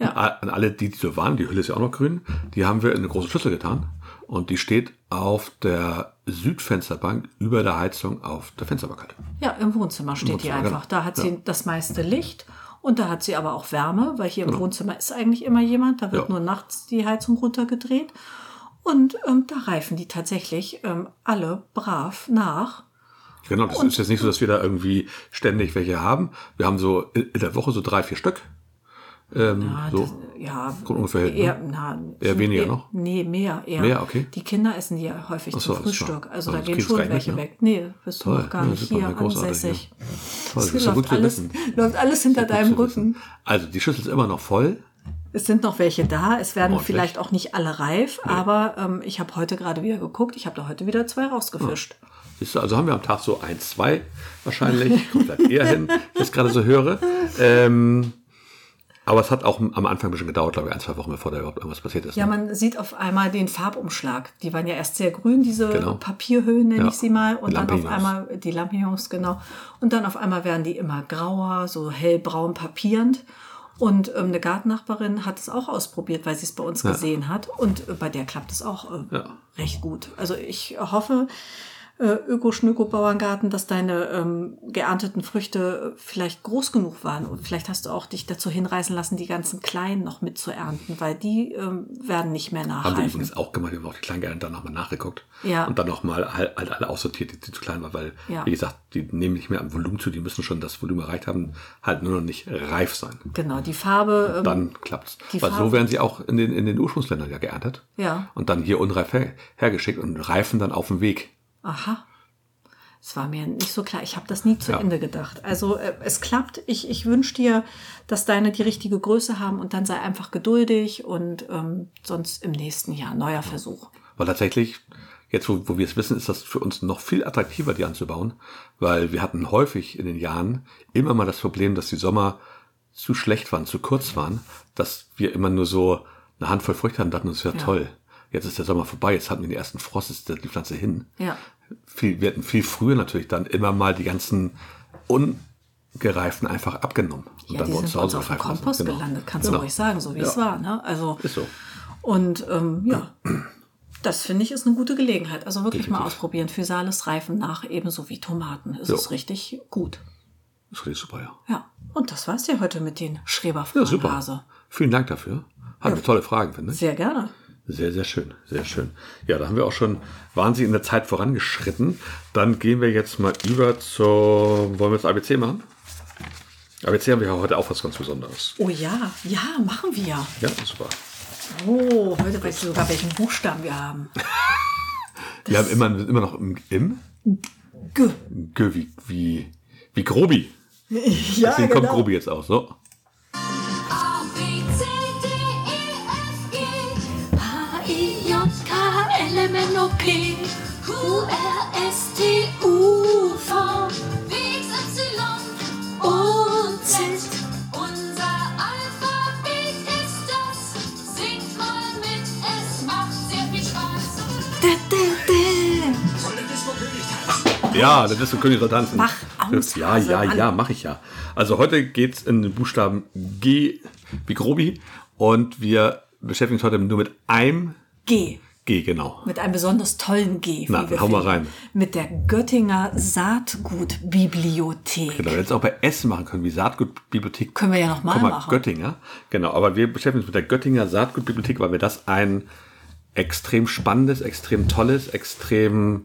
Ja. Und a- An alle, die, die so waren, die Hülle ist ja auch noch grün, die haben wir in eine große Schüssel getan. Und die steht auf der Südfensterbank über der Heizung auf der Fensterbank halt. Ja, im Wohnzimmer steht die Wohnzimmer, einfach. genau. Da hat sie das meiste Licht und da hat sie aber auch Wärme, weil hier im Wohnzimmer ist eigentlich immer jemand. Da wird Genau. Ja. nur nachts die Heizung runtergedreht. Und ähm, da reifen die tatsächlich ähm, alle brav nach. Genau, das ist jetzt nicht so, dass wir da irgendwie ständig welche haben. Wir haben so in in der Woche so drei, vier Stück. Ähm, Ja, so. das, ja Kommt ungefähr hin, eher, na, Eher weniger eher, noch? Nee, mehr. Eher. Mehr, okay. Die Kinder essen die ja häufig so, zum alles klar. Frühstück. Also Ja, da das gehen kriegst schon du gar nicht welche mit, ne? weg. Nee, bist du Toll. noch gar Ja, nicht super, ja, hier großartig, ansässig. ja. Toll, Es das ist ja gut läuft, zu alles, wissen. läuft alles hinter Gut deinem zu wissen. Rücken. Also die Schüssel ist immer noch voll. Es sind noch welche da, es werden Ordentlich. vielleicht auch nicht alle reif, aber ähm, ich habe heute gerade wieder geguckt, ich habe da heute wieder zwei rausgefischt. Siehst du, also haben wir am Tag so ein, zwei wahrscheinlich. Kommt halt eher hin, wie ich es gerade so höre. Ähm, aber es hat auch am Anfang ein bisschen gedauert, glaube ich, ein, zwei Wochen, bevor da überhaupt irgendwas passiert ist. Ja, ne? man sieht auf einmal den Farbumschlag. Die waren ja erst sehr grün, diese Genau. Papierhöhen nenne Ja. ich sie mal. Und dann auf Lampignons. einmal die Lampignons, genau. Und dann auf einmal werden die immer grauer, so hellbraun papierend. Und ähm, eine Gartennachbarin hat es auch ausprobiert, weil sie es bei uns gesehen hat. Und äh, bei der klappt es auch äh, Ja. recht gut. Also ich hoffe, äh, Öko-Schnöko-Bauerngarten, dass deine ähm, geernteten Früchte äh, vielleicht groß genug waren. Und vielleicht hast du auch dich dazu hinreißen lassen, die ganzen kleinen noch mit zu ernten, weil die ähm, werden nicht mehr haben wir nachreifen. übrigens auch gemacht. Wir haben auch die kleinen Geernten dann nochmal nachgeguckt. Ja. Und dann nochmal halt, halt alle aussortiert, die, die zu klein waren, weil, Ja. wie gesagt, die nehmen nicht mehr am Volumen zu, die müssen schon das Volumen erreicht haben, halt nur noch nicht reif sein. Genau, die Farbe. Ähm, Dann klappt's. die Weil Farbe- so werden sie auch in den, in den Ursprungsländern ja geerntet. Ja. Und dann hier unreif her, hergeschickt und reifen dann auf dem Weg. aha. Es war mir nicht so klar. Ich habe das nie zu Ja. Ende gedacht. Also äh, es klappt. Ich, ich wünsche dir, dass deine die richtige Größe haben und dann sei einfach geduldig und ähm, sonst im nächsten Jahr neuer Versuch. Weil tatsächlich, jetzt wo, wo wir es wissen, ist das für uns noch viel attraktiver, die anzubauen, weil wir hatten häufig in den Jahren immer mal das Problem, dass die Sommer zu schlecht waren, zu kurz waren, dass wir immer nur so eine Handvoll Früchte hatten, dachten uns, ja, toll, jetzt ist der Sommer vorbei, jetzt hatten wir den ersten Frost, jetzt ist die Pflanze hin. Ja. Viel, wir hatten viel früher natürlich dann immer mal die ganzen ungereiften einfach abgenommen. Ja, die sind bei uns auf dem reifen lassen. Kompost Genau. gelandet, kannst Genau. du ruhig sagen, so wie Ja. es war. Ne? Also, Ist so. Und ähm, ja, das finde ich ist eine gute Gelegenheit. Also wirklich mal Definitiv. ausprobieren. Physalis reifen nach, ebenso wie Tomaten. Es Ja. ist richtig gut. Ist richtig super, ja. Ja, und das war's ja heute mit den Ja, Schreberfragen. super. Hase. Vielen Dank dafür. Hatten wir tolle Fragen, finde ich. Sehr gerne. Sehr, sehr schön, sehr schön. Ja, da haben wir auch schon wahnsinnig in der Zeit vorangeschritten. Dann gehen wir jetzt mal über zur. Wollen wir jetzt ABC machen? ABC haben wir ja heute auch was ganz Besonderes. Oh ja, ja, machen wir. Ja, super. Oh, heute weißt du sogar, welchen Buchstaben wir haben. wir haben immer, immer noch im, im G. Gö, wie, wie, wie Grobi. Ja, Deswegen kommt Grobi jetzt auch, so. A, B, C, D, E, F, G. H, I, J, K, L, M, N, O, P. Q, R, S, T, U, V. W, X, Y und Z. Unser Alphabet ist das. Singt mal mit, es macht sehr viel Spaß. Ja, das ist der König soll tanzen. Mach aus, Ja, ja, Hase, ja, an. mache ich ja. Also heute geht's in den Buchstaben G wie Grobi und wir beschäftigen uns heute nur mit einem G. G, genau. Mit einem besonders tollen G. wie Na, wir hau mal finden. rein. Mit der Göttinger Saatgutbibliothek. Genau, jetzt auch bei S machen können, wie Saatgutbibliothek. Können wir ja noch mal Komma, machen. Göttinger. Genau, aber wir beschäftigen uns mit der Göttinger Saatgutbibliothek, weil wir das ein extrem spannendes, extrem tolles, extrem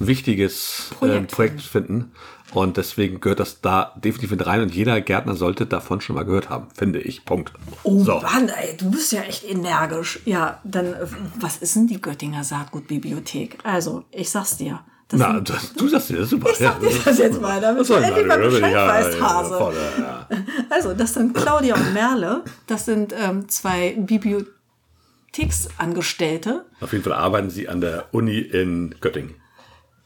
wichtiges äh, Projekt Projekt finden. Und deswegen gehört das da definitiv mit rein und jeder Gärtner sollte davon schon mal gehört haben, finde ich. Punkt. Oh Mann, ey, du bist ja echt energisch. Ja, dann, äh, was ist denn die Göttinger Saatgutbibliothek? Also, ich sag's dir. Das Na, sind- du, du sagst dir das super. Ich sag dir das jetzt mal, damit du endlich mal Bescheid weißt, Hase. also, das sind Claudia und Merle. Das sind ähm, zwei Bibliotheksangestellte. Auf jeden Fall arbeiten sie an der Uni in Göttingen.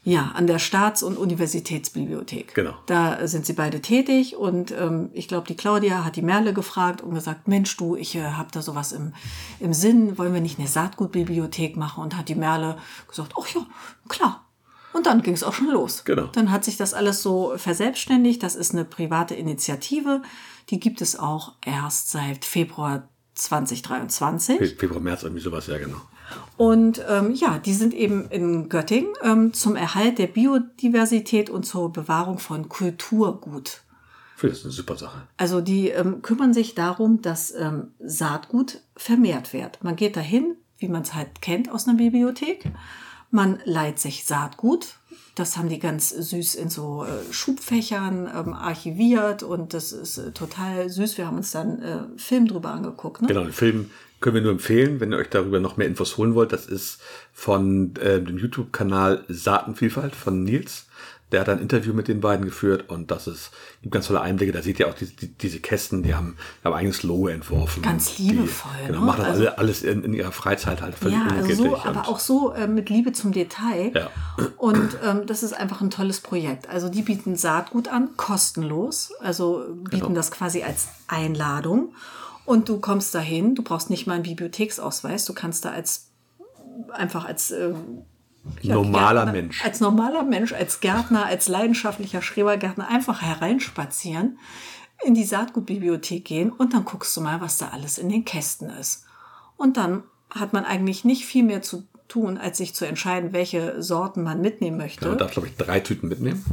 Ja, an der Staats- und Universitätsbibliothek. Genau. Da äh, sind sie beide tätig und ähm, ich glaube, die Claudia hat die Merle gefragt und gesagt, Mensch, du, ich äh, habe da sowas im, im Sinn, wollen wir nicht eine Saatgutbibliothek machen? Und hat die Merle gesagt, ach ja, klar. Und dann ging es auch schon los. Genau. Dann hat sich das alles so verselbstständigt. Das ist eine private Initiative. Die gibt es auch erst seit Februar 2023. Fe- Februar, März, irgendwie sowas, ja genau. Und ähm, ja, die sind eben in Göttingen ähm, zum Erhalt der Biodiversität und zur Bewahrung von Kulturgut. Ich finde das eine super Sache. Also die ähm, kümmern sich darum, dass ähm, Saatgut vermehrt wird. Man geht dahin, wie man es halt kennt aus einer Bibliothek. Man leiht sich Saatgut. Das haben die ganz süß in so äh, Schubfächern ähm, archiviert und das ist äh, total süß. Wir haben uns dann äh, einen Film drüber angeguckt. Ne? Genau, den Film können wir nur empfehlen, wenn ihr euch darüber noch mehr Infos holen wollt. Das ist von äh, dem YouTube-Kanal Saatenvielfalt von Nils. Der hat ein Interview mit den beiden geführt und das ist, gibt ganz tolle Einblicke. Da seht ihr auch die, die, diese Kästen, die haben, haben eigenes Logo entworfen. Ganz liebevoll, Die, genau, ne? machen das Also- alle, alles in, in ihrer Freizeit halt völlig Ja, also so, unentgeltlich und- aber auch so äh, mit Liebe zum Detail. Ja. Und ähm, das ist einfach ein tolles Projekt. Also die bieten Saatgut an, kostenlos. Also bieten Genau. das quasi als Einladung. Und du kommst dahin, du brauchst nicht mal einen Bibliotheksausweis, du kannst da als einfach als ähm, ja, normaler Gärtner, Mensch. Als normaler Mensch, als Gärtner, als leidenschaftlicher Schrebergärtner einfach hereinspazieren, in die Saatgutbibliothek gehen und dann guckst du mal, was da alles in den Kästen ist. Und dann hat man eigentlich nicht viel mehr zu tun, als sich zu entscheiden, welche Sorten man mitnehmen möchte. Ja, und Also darf, glaube ich, drei Tüten mitnehmen.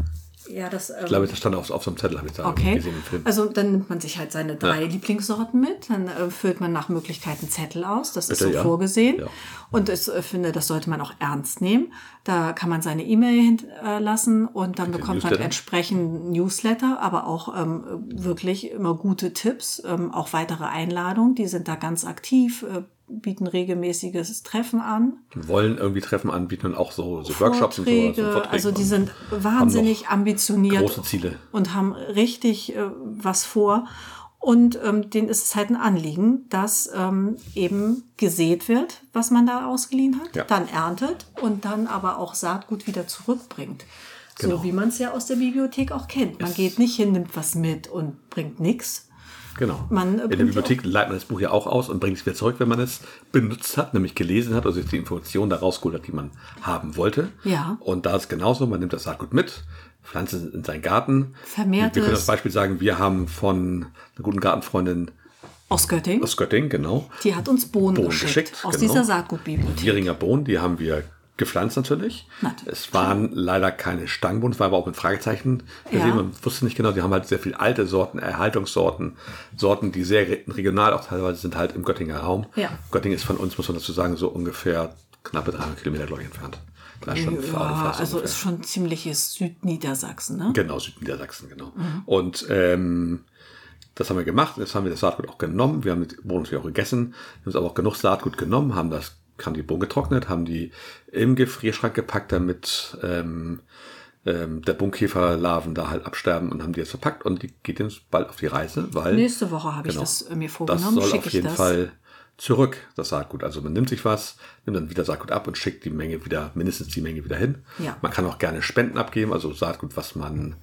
ja, das, ähm, Ich glaube, das stand auf, auf so einem Zettel, habe ich da Okay, gesehen im Film. also dann nimmt man sich halt seine drei Lieblingssorten mit, dann äh, füllt man nach Möglichkeiten Zettel aus, das ist Bitte, so ja. vorgesehen Ja. und ich äh, finde, das sollte man auch ernst nehmen. Da kann man seine E-Mail hinterlassen und dann bekommt man Newsletter. entsprechend Newsletter, aber auch ähm, wirklich immer gute Tipps, ähm, auch weitere Einladungen, die sind da ganz aktiv, äh, bieten regelmäßiges Treffen an. Die wollen irgendwie Treffen anbieten und auch so, so Workshops und sowas. und Vorträge also die und- sind wahnsinnig ambitioniert große Ziele. und haben richtig äh, was vor. Und ähm, denen ist es halt ein Anliegen, dass ähm, eben gesät wird, was man da ausgeliehen hat, Ja. dann erntet und dann aber auch Saatgut wieder zurückbringt. Genau. So wie man es ja aus der Bibliothek auch kennt. Man geht nicht hin, nimmt was mit und bringt nichts. Genau. Man, äh, in der bringt Bibliothek leitet man das Buch ja auch aus und bringt es wieder zurück, wenn man es benutzt hat, nämlich gelesen hat, also sich die Information da rausgeholt hat, die man haben wollte. Ja. Und da ist genauso, man nimmt das Saatgut mit, pflanzt es in seinen Garten. Vermehrt Wir können es. das Beispiel sagen, wir haben von einer guten Gartenfreundin Aus Göttingen. aus Göttingen, genau, Die hat uns Bohnen, Bohnen geschickt, geschickt, aus genau. dieser Saatgutbibliothek. Gieringer Bohnen, die haben wir gepflanzt natürlich. Nat- Es waren leider keine Stangenbohnen, es war aber auch mit Fragezeichen versehen. Ja. Man wusste nicht genau, die haben halt sehr viele alte Sorten, Erhaltungssorten, Sorten, die sehr re- regional auch teilweise sind, halt im Göttinger Raum. Ja. Göttingen ist von uns, muss man dazu sagen, so ungefähr knappe 300 Kilometer, glaube ich, entfernt. Drei Stunden Fahren Ja, fast also ungefähr. ist schon ziemliches Südniedersachsen, ne? Genau, Südniedersachsen, genau. Und ähm, das haben wir gemacht. Jetzt haben wir das Saatgut auch genommen. Wir haben die Bohnen natürlich auch gegessen. Wir haben uns aber auch genug Saatgut genommen, haben das, haben die Bohnen getrocknet, haben die im Gefrierschrank gepackt, damit ähm, ähm, der Bunkkäferlarven da halt absterben und haben die jetzt verpackt und die geht jetzt bald auf die Reise, weil Nächste Woche habe ich das äh, mir vorgenommen, Genau. das soll schicke auf ich jeden das. Fall zurück, das Saatgut. Also man nimmt sich was, nimmt dann wieder Saatgut ab und schickt die Menge wieder, mindestens die Menge wieder hin. Ja. Man kann auch gerne Spenden abgeben, also Saatgut, was man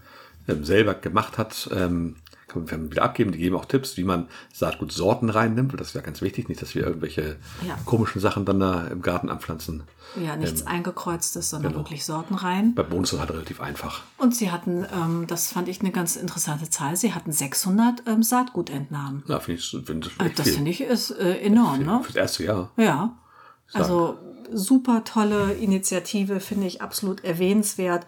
ähm, selber gemacht hat, ähm, kann man wieder abgeben. Die geben auch Tipps, wie man Saatgutsorten reinnimmt. weil Das ist ja ganz wichtig, nicht, dass wir irgendwelche Ja. komischen Sachen dann da im Garten anpflanzen. Ja, nichts Eingekreuztes, sondern Ähm, genau. wirklich Sorten rein. Bei Bohnen ist das halt relativ einfach. Und sie hatten, ähm, das fand ich eine ganz interessante Zahl, sie hatten 600 ähm, Saatgutentnahmen. Na, finde ich, finde ich Äh, echt das viel. finde ich ist äh, enorm, ne? Fürs erste Jahr. Ja. Also super tolle Initiative, finde ich absolut erwähnenswert.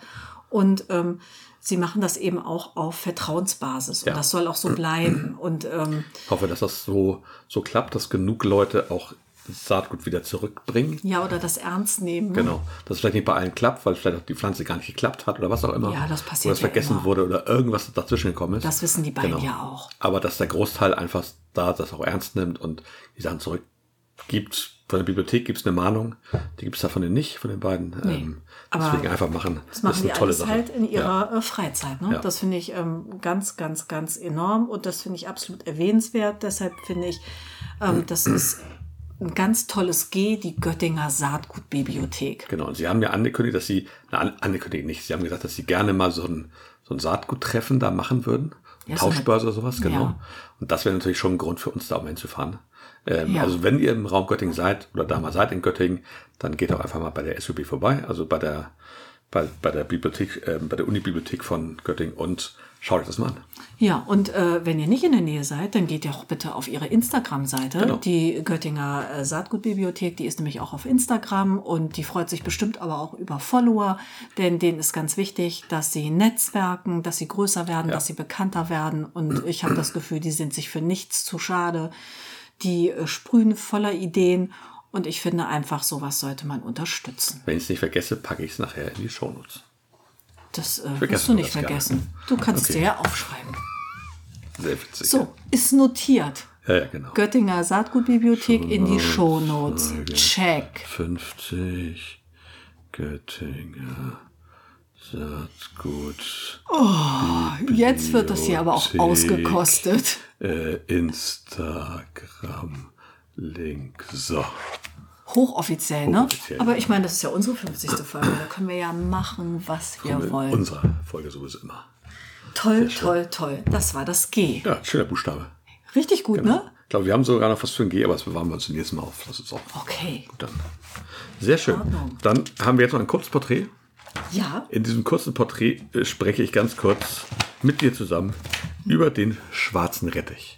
Und ähm, sie machen das eben auch auf Vertrauensbasis. Ja. Und das soll auch so bleiben. Und ähm, hoffe, dass das so, so klappt, dass genug Leute auch das Saatgut wieder zurückbringen. ja, oder das ernst nehmen. ne? Genau. Dass es vielleicht nicht bei allen klappt, weil vielleicht auch die Pflanze gar nicht geklappt hat oder was auch immer. Ja, das passiert Oder es ja vergessen immer. wurde oder irgendwas dazwischen gekommen ist. Genau. Das wissen die beiden ja auch. Aber dass der Großteil einfach da das auch ernst nimmt und die Sachen zurückgibt. Von der Bibliothek gibt es eine Mahnung. Die gibt es davon nicht, von den beiden. Ähm, Nee. Aber deswegen einfach machen. Das machen die alles halt in Ja. ihrer äh, Freizeit. Ne? Ja. Das finde ich ähm, ganz, ganz, ganz enorm und das finde ich absolut erwähnenswert. Deshalb finde ich, ähm, das ist ein ganz tolles G, die Göttinger Saatgutbibliothek. Genau, und sie haben ja angekündigt, dass sie, na, an- angekündigt nicht, sie haben gesagt, dass sie gerne mal so ein, so ein Saatguttreffen da machen würden. Ja, so eine- Tauschbörse oder sowas, genau. Ja. Und das wäre natürlich schon ein Grund für uns, da auch mal hinzufahren. Ähm, Ja. Also wenn ihr im Raum Göttingen seid oder da mal seid in Göttingen, dann geht auch einfach mal bei der SUB vorbei, also bei der, bei, bei der Bibliothek, ähm, bei der Unibibliothek von Göttingen und schaut euch das mal an. Ja, und äh, wenn ihr nicht in der Nähe seid, dann geht ihr auch bitte auf ihre Instagram-Seite, Genau. die Göttinger äh, Saatgutbibliothek. Die ist nämlich auch auf Instagram und die freut sich bestimmt aber auch über Follower, denn denen ist ganz wichtig, dass sie netzwerken, dass sie größer werden, dass sie bekannter werden. Und ich habe das Gefühl, die sind sich für nichts zu schade. Die äh, sprühen voller Ideen und ich finde einfach, sowas sollte man unterstützen. Wenn ich es nicht vergesse, packe ich es nachher in die Shownotes. Das äh, Vergessen musst du wir nicht das gerne. vergessen. Du kannst Okay. dir ja aufschreiben. Sehr witzig. So, ist notiert. Ja, ja, genau. Göttinger Saatgutbibliothek in die Shownotes. Check. 50 Göttinger Saatgut Jetzt wird das hier aber auch Bibliothek. ausgekostet. äh, Instagram Link. So. Hochoffiziell, ne? Hochoffiziell. Aber ich meine, das ist ja unsere 50. Folge. Da können wir ja machen, was wir wollen. Unsere Folge sowieso immer. Toll, toll, toll. Das war das G. Ja, schöner Buchstabe. Richtig gut, ne? Ich glaube, wir haben sogar noch was für ein G, aber das bewahren wir uns nächstes Mal auf. Das ist auch Okay. gut dann. Sehr schön. Dann haben wir jetzt noch ein kurzes Porträt. Ja. In diesem kurzen Porträt äh, spreche ich ganz kurz mit dir zusammen über den schwarzen Rettich.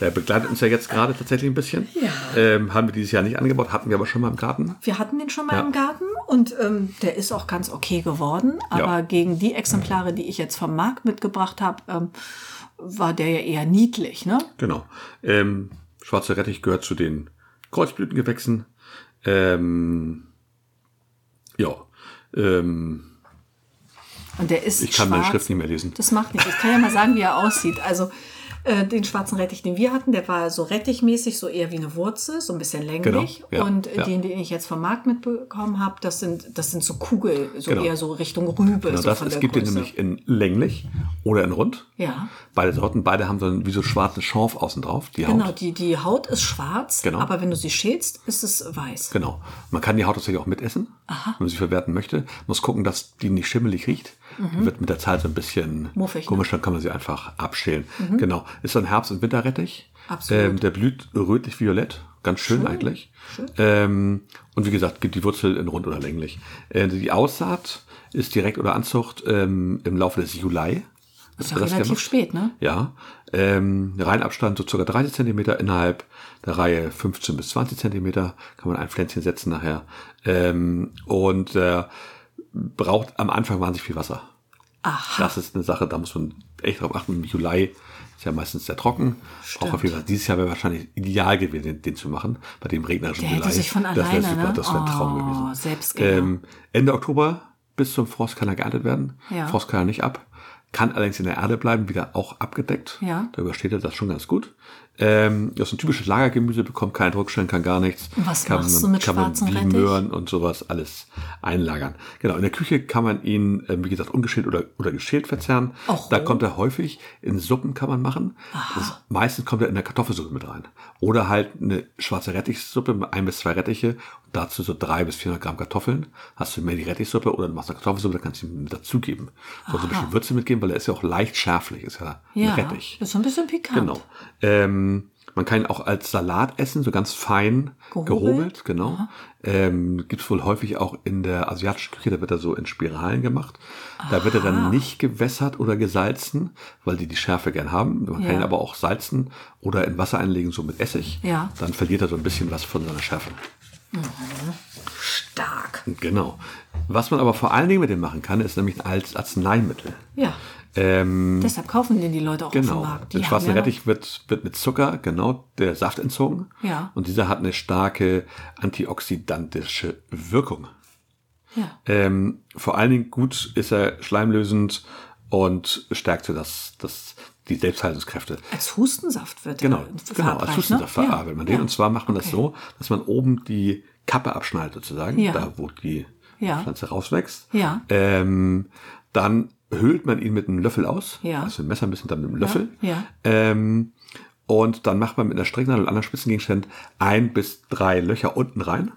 Der begleitet uns ja jetzt gerade tatsächlich ein bisschen. Ja. Ähm, haben wir dieses Jahr nicht angebaut, hatten wir aber schon mal im Garten. Wir hatten den schon mal Ja. im Garten und ähm, der ist auch ganz okay geworden. Aber Ja. gegen die Exemplare, die ich jetzt vom Markt mitgebracht habe, ähm, war der ja eher niedlich, ne? Genau. Ähm, schwarzer Rettich gehört zu den Kreuzblütengewächsen. Ähm, ja. Ähm, Und der ist ich kann meine schwarz. Schrift nicht mehr lesen. Das macht nichts. Ich kann ja mal sagen, wie er aussieht. Also Äh, den schwarzen Rettich, den wir hatten, der war so rettichmäßig, so eher wie eine Wurzel, so ein bisschen länglich. Genau, ja, und äh, ja. den, den ich jetzt vom Markt mitbekommen habe, das sind, das sind so Kugel, so Genau. eher so Richtung Rübe. Genau, so das, von es der gibt den Größe. nämlich in länglich oder in rund. Ja. Beide Sorten, beide haben so ein, wie so schwarzen Schorf außen drauf, die Genau, Haut. die, die Haut ist schwarz, Genau. aber wenn du sie schälst, ist es weiß. Genau. Man kann die Haut tatsächlich auch mitessen, wenn man sie verwerten möchte. Muss gucken, dass die nicht schimmelig riecht. Die Wird mit der Zeit so ein bisschen Mhm. Muffig, ne? Mhm. komisch, dann kann man sie einfach abschälen. Genau. Ist dann Herbst- und Winterrettich. Absolut. Ähm, der blüht rötlich-violett. Ganz schön, eigentlich. Ähm, und wie gesagt, gibt die Wurzel in rund oder länglich. Äh, die Aussaat ist direkt oder Anzucht ähm, im Laufe des Juli. ist ja Wird das relativ gemacht. spät, ne? Ja, ähm, Reihenabstand so circa 30 Zentimeter innerhalb der Reihe 15 bis 20 Zentimeter kann man ein Pflänzchen setzen nachher. Ähm, und äh, braucht am Anfang wahnsinnig viel Wasser. Aha. Das ist eine Sache, da muss man echt drauf achten. Im Juli ist ja meistens sehr trocken. Auch auf jeden Fall. Dieses Jahr wäre wahrscheinlich ideal gewesen, den, den zu machen, bei dem regnerischen Der hätte Juli. sich von das wäre alleine, super, ne? das wäre ein Traum Oh, gewesen. Selbstgänger. ähm, Ende Oktober bis zum Frost kann er geerntet werden. Ja. Frost kann er nicht ab. Kann allerdings in der Erde bleiben, wieder auch abgedeckt. Ja. Da übersteht er das schon ganz gut. Ähm, das ist ein typisches Lagergemüse, bekommt keinen Druckstellen, kann gar nichts. Was kann machst du mit kann man schwarzem wie Rettich? Möhren und sowas alles einlagern. Genau, in der Küche kann man ihn, ähm, wie gesagt, ungeschält oder, oder geschält verzehren. Och. Da kommt er häufig. In Suppen kann man machen. Das ist, meistens kommt er in der Kartoffelsuppe mit rein. Oder halt eine schwarze Rettichsuppe mit ein bis zwei Rettiche und dazu so drei bis 400 Gramm Kartoffeln. Hast du mehr die Rettichsuppe oder du machst eine Kartoffelsuppe, dann kannst du ihm mit dazugeben. So ein bisschen Würze mitgeben, weil er ist ja auch leicht schärflich, ist ja, ja, ein Rettich. ist so ein bisschen pikant. Genau. Ähm, man kann ihn auch als Salat essen, so ganz fein Gehobelt? gehobelt, genau. Ähm, Gibt es wohl häufig auch in der asiatischen Küche, da wird er so in Spiralen gemacht. Da wird er dann nicht gewässert oder gesalzen, weil die die Schärfe gern haben. Man Ja. kann ihn aber auch salzen oder in Wasser einlegen, so mit Essig. Ja. Dann verliert er so ein bisschen was von seiner Schärfe. Stark. Genau. Was man aber vor allen Dingen mit dem machen kann, ist nämlich als Arzneimittel. Ja. Ähm, Deshalb kaufen den die Leute auch auf Genau. dem Markt. Die Den haben schwarzen ja noch- Rettich wird, wird mit Zucker, genau, der Saft entzogen. Ja. Und dieser hat eine starke antioxidantische Wirkung. Ja. Ähm, vor allen Dingen gut ist er schleimlösend und stärkt so das, das, die Selbstheilungskräfte. Als Hustensaft wird Genau, er genau verabreicht, als Hustensaft ne? verarbeitet man den. Und zwar macht man das so, dass man oben die Kappe abschneidet sozusagen, Ja. da wo die Ja. Pflanze rauswächst. Ja. Ähm, dann höhlt man ihn mit einem Löffel aus, Ja. also ein Messer ein bisschen dann mit einem Löffel. ja. Ähm, und dann macht man mit einer Stricknadel und anderen Spitzengegenständen ein bis drei Löcher unten rein,